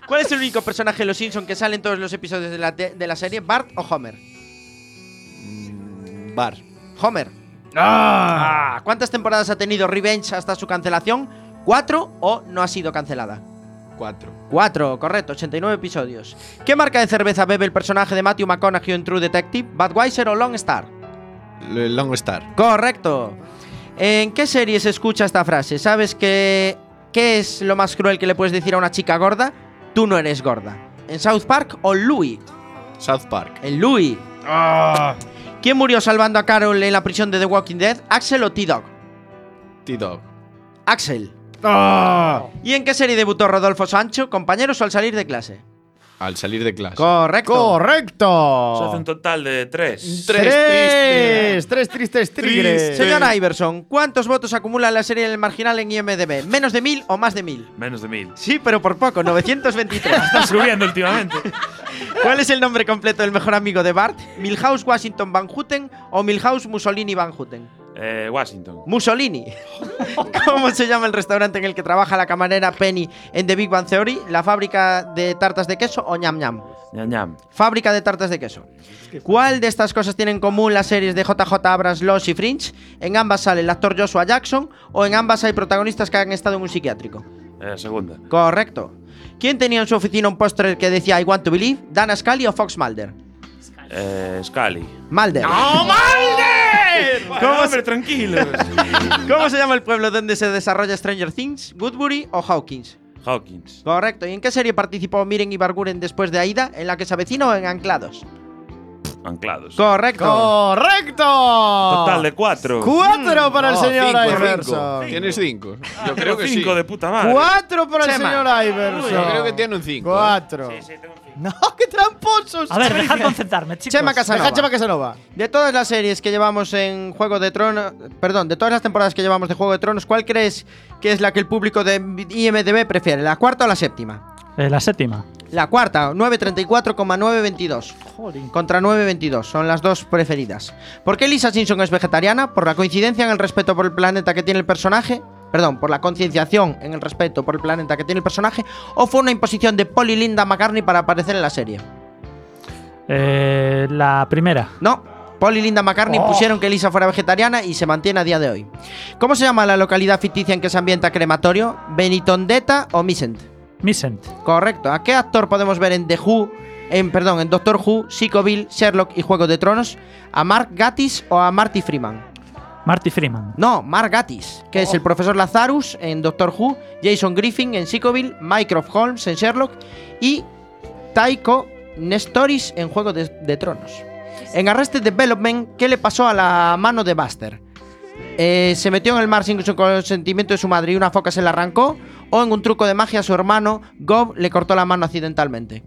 Speaker 6: ¿Cuál es el único personaje de Los Simpsons que sale en todos los episodios de la, te- de la serie? ¿Bart o Homer?
Speaker 3: Mm, Bar.
Speaker 6: Homer. Ah, ¿Cuántas temporadas ha tenido Revenge hasta su cancelación? ¿Cuatro o no ha sido cancelada?
Speaker 3: Cuatro.
Speaker 6: Cuatro, correcto, 89 episodios. ¿Qué marca de cerveza bebe el personaje de Matthew McConaughey en True Detective? ¿Budweiser o Long Star?
Speaker 3: L- Long Star.
Speaker 6: Correcto. ¿En qué serie se escucha esta frase? ¿Sabes que, qué es lo más cruel que le puedes decir a una chica gorda? Tú no eres gorda. ¿En South Park o Louis?
Speaker 3: South Park.
Speaker 6: En Louis. ¿Quién murió salvando a Carol en la prisión de The Walking Dead? ¿Axel o T-Dog?
Speaker 3: T-Dog.
Speaker 6: Axel. ¿Y en qué serie debutó Rodolfo Sancho? ¿Compañeros o al salir de clase?
Speaker 3: Al salir de clase.
Speaker 6: Correcto.
Speaker 2: Se hace
Speaker 1: Correcto.
Speaker 2: un total de tres.
Speaker 1: Tres. Tres tristes tigres.
Speaker 6: Señor Iverson, ¿cuántos votos acumula la serie El Marginal en IMDB? ¿Menos de mil o más de mil?
Speaker 2: Menos de mil.
Speaker 6: Sí, pero por poco, 923.
Speaker 2: Está subiendo últimamente.
Speaker 6: ¿Cuál es el nombre completo del mejor amigo de Bart? ¿Milhouse Washington Van Houten o Milhouse Mussolini Van Houten?
Speaker 2: Eh, Washington.
Speaker 6: Mussolini. ¿Cómo se llama el restaurante en el que trabaja la camarera Penny en The Big Bang Theory? ¿La fábrica de tartas de queso o ñam ñam?
Speaker 2: Ñam, ñam.
Speaker 6: Fábrica de tartas de queso. ¿Cuál de estas cosas tienen en común las series de JJ Abrams, Lost y Fringe? ¿En ambas sale el actor Joshua Jackson o en ambas hay protagonistas que han estado en un psiquiátrico?
Speaker 2: Eh, segunda.
Speaker 6: Correcto. ¿Quién tenía en su oficina un póster que decía I want to believe? ¿Dana Scully o Fox Mulder?
Speaker 2: Eh, Scali.
Speaker 6: Mulder.
Speaker 2: Bueno, hombre, tranquilos.
Speaker 6: ¿Cómo se llama el pueblo donde se desarrolla Stranger Things? ¿Woodbury o Hawkins?
Speaker 2: Hawkins.
Speaker 6: Correcto. ¿Y en qué serie participó Miren y Barguren después de Aida? ¿En la que se avecina o en Anclados?
Speaker 2: Anclados.
Speaker 6: Correcto.
Speaker 1: ¡Correcto!
Speaker 2: Total de cuatro.
Speaker 1: Cuatro para el
Speaker 3: Mm, No,
Speaker 1: señor
Speaker 3: Oh, cinco,
Speaker 1: Iverson.
Speaker 3: cinco. Tienes cinco. Yo creo
Speaker 2: Tengo
Speaker 3: que sí.
Speaker 2: Ah, cinco de
Speaker 3: Yo
Speaker 2: puta madre.
Speaker 1: Cuatro para el
Speaker 6: Chema.
Speaker 1: señor Iverson.
Speaker 3: creo que tiene un cinco. ¿eh?
Speaker 1: Cuatro. No, qué tramposos.
Speaker 4: A ver, dejad concentrarme, chicos.
Speaker 6: Chema Casanova.
Speaker 1: Deja a Chema Casanova.
Speaker 6: De todas las series que llevamos en Juego de Tronos, perdón, de todas las temporadas que llevamos de Juego de Tronos, ¿cuál crees que es la que el público de IMDb prefiere? ¿La cuarta o la séptima?
Speaker 4: Eh, la séptima.
Speaker 6: La cuarta, 934,922 contra 922, son las dos preferidas. ¿Por qué Lisa Simpson es vegetariana? ¿Por la coincidencia en el respeto por el planeta que tiene el personaje? Perdón, por la concienciación en el respeto por el planeta que tiene el personaje, o fue una imposición de Polly Linda McCartney para aparecer en la serie.
Speaker 4: Eh, la primera.
Speaker 6: No, Paul y Linda McCartney pusieron que Lisa fuera vegetariana y se mantiene a día de hoy. ¿Cómo se llama la localidad ficticia en que se ambienta crematorio? ¿Benitondetta o Misent?
Speaker 4: Missent.
Speaker 6: Correcto. ¿A qué actor podemos ver en The Who, en, perdón, en Doctor Who, Psicoville, Sherlock y Juego de Tronos? ¿A Mark Gatiss o a Marty Freeman?
Speaker 4: Marty Freeman.
Speaker 6: No, Mark Gatiss, que es el profesor Lazarus en Doctor Who, Jason Griffin en Psicoville, Mycroft Holmes en Sherlock y Taiko Nestoris en Juego de, de Tronos. En Arrested Development, ¿qué le pasó a la mano de Buster? Eh, ¿Se metió en el mar sin su consentimiento de su madre y una foca se la arrancó? ¿O en un truco de magia su hermano, Gob, le cortó la mano accidentalmente?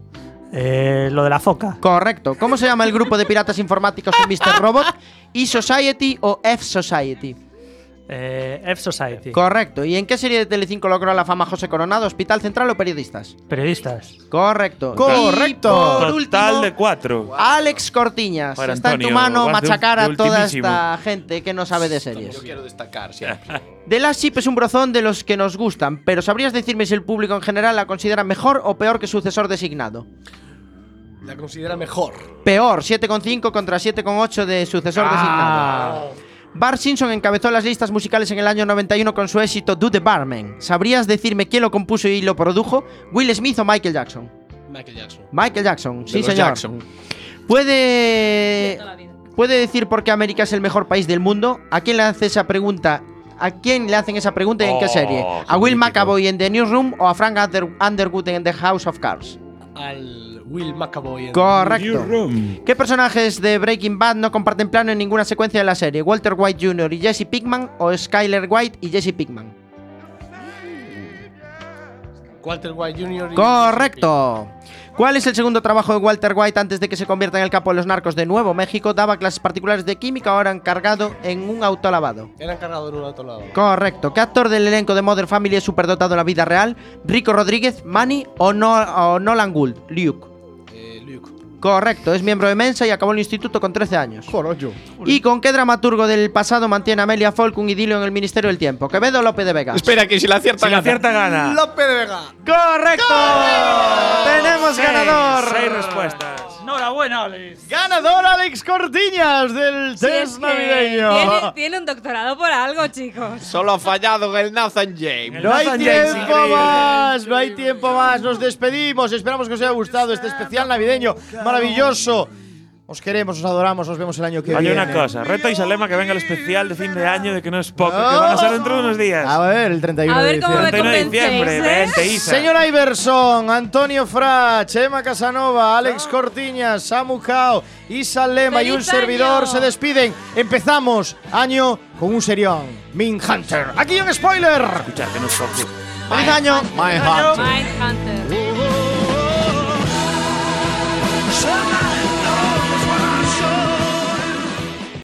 Speaker 4: Eh, lo de la foca.
Speaker 6: Correcto. ¿Cómo se llama el grupo de piratas informáticos en Mr. Robot? ¿E Society o F Society?
Speaker 4: Eh, F-Society.
Speaker 6: Correcto. ¿Y en qué serie de Telecinco logró la fama José Coronado? ¿Hospital Central o Periodistas?
Speaker 4: Periodistas.
Speaker 6: Correcto.
Speaker 1: Correcto.
Speaker 6: Y por
Speaker 2: Total
Speaker 6: último,
Speaker 2: de cuatro.
Speaker 6: Alex Cortiñas.
Speaker 2: Para
Speaker 6: Está en tu
Speaker 2: Antonio,
Speaker 6: mano
Speaker 2: vas de ul-
Speaker 6: machacar
Speaker 2: de
Speaker 6: a toda
Speaker 2: ultimísimo.
Speaker 6: esta gente que no sabe de series.
Speaker 3: quiero destacar siempre.
Speaker 6: The Last Ship es un brozón de los que nos gustan, pero ¿sabrías decirme si el público en general la considera mejor o peor que sucesor designado?
Speaker 7: La considera mejor.
Speaker 6: Peor, 7,5 contra 7,8 de sucesor designado. Bar Simpson encabezó las listas musicales en el año 91 con su éxito Do the Barman. ¿Sabrías decirme quién lo compuso y lo produjo? ¿Will Smith o Michael Jackson?
Speaker 7: Michael Jackson.
Speaker 6: Michael Jackson, sí
Speaker 3: los
Speaker 6: señor.
Speaker 3: Jackson.
Speaker 6: ¿Puede,
Speaker 5: Toda la vida.
Speaker 6: ¿Puede decir por qué América es el mejor país del mundo? ¿A quién le hace esa pregunta? ¿A quién le hacen esa pregunta y en qué
Speaker 2: Oh,
Speaker 6: serie?
Speaker 2: qué
Speaker 6: ¿A Will
Speaker 2: mítico.
Speaker 6: McAvoy en The Newsroom o a Frank Under- Underwood en The House of Cards?
Speaker 7: Al Will McAvoy. en-
Speaker 6: Correcto. ¿Qué personajes de Breaking Bad no comparten plano en ninguna secuencia de la serie? ¿Walter White Jr. y Jesse Pinkman o Skyler White y Jesse Pinkman?
Speaker 7: Walter White Jr. y-
Speaker 6: Correcto. ¿Cuál es el segundo trabajo de Walter White antes de que se convierta en el capo de los narcos de Nuevo México? Daba clases particulares de química, ahora encargado en un auto lavado.
Speaker 7: Era encargado en un otro lado.
Speaker 6: Correcto. ¿Qué actor del elenco de Mother Family es superdotado en la vida real? ¿Rico Rodríguez, Manny o, no, o Nolan Gould? Luke.
Speaker 7: Eh, Luke.
Speaker 6: Correcto. Es miembro de Mensa y acabó el instituto con 13 años. ¿Y con qué dramaturgo del pasado mantiene Amelia Folk un idilio en el Ministerio del Tiempo? ¿Quevedo o López de Vega?
Speaker 3: Espera, que si la acierta,
Speaker 2: Si la
Speaker 3: gana.
Speaker 2: cierta gana.
Speaker 7: López de Vega.
Speaker 6: ¡Correcto! ¡Tenemos
Speaker 2: Seis,
Speaker 6: ganador!
Speaker 2: Seis respuestas.
Speaker 4: Enhorabuena, Alex.
Speaker 1: Ganador Alex Cortiñas del
Speaker 5: Si es
Speaker 1: test
Speaker 5: que
Speaker 1: navideño.
Speaker 5: Tiene, tiene un doctorado por algo, chicos.
Speaker 3: Solo ha fallado el Nathan James.
Speaker 1: No hay
Speaker 2: Nathan James,
Speaker 1: tiempo
Speaker 2: increíble.
Speaker 1: más, no hay tiempo más. Nos despedimos. Esperamos que os haya gustado este especial navideño maravilloso. Os queremos, os adoramos, os vemos el año que
Speaker 2: Oye,
Speaker 1: viene.
Speaker 2: una cosa. Reto a Isalema que venga el especial de fin de año de que no es poco, que van a ser dentro de unos días.
Speaker 1: A ver, el 31
Speaker 5: A
Speaker 1: de
Speaker 5: ver cómo me
Speaker 1: diciembre.
Speaker 2: 31 de diciembre.
Speaker 5: convencéis,
Speaker 2: Vente, Isa.
Speaker 1: Señor Iverson, Antonio Fra, Chema Casanova, Alex Cortiñas, Samu Cao, Isa Lema y un
Speaker 5: ¡Feliz
Speaker 1: servidor
Speaker 5: año!
Speaker 1: se despiden. Empezamos año con un serión. Min Hunter. Aquí en spoiler.
Speaker 2: Escuchar que no es poco.
Speaker 1: ¡Feliz año!
Speaker 5: Mindhunter.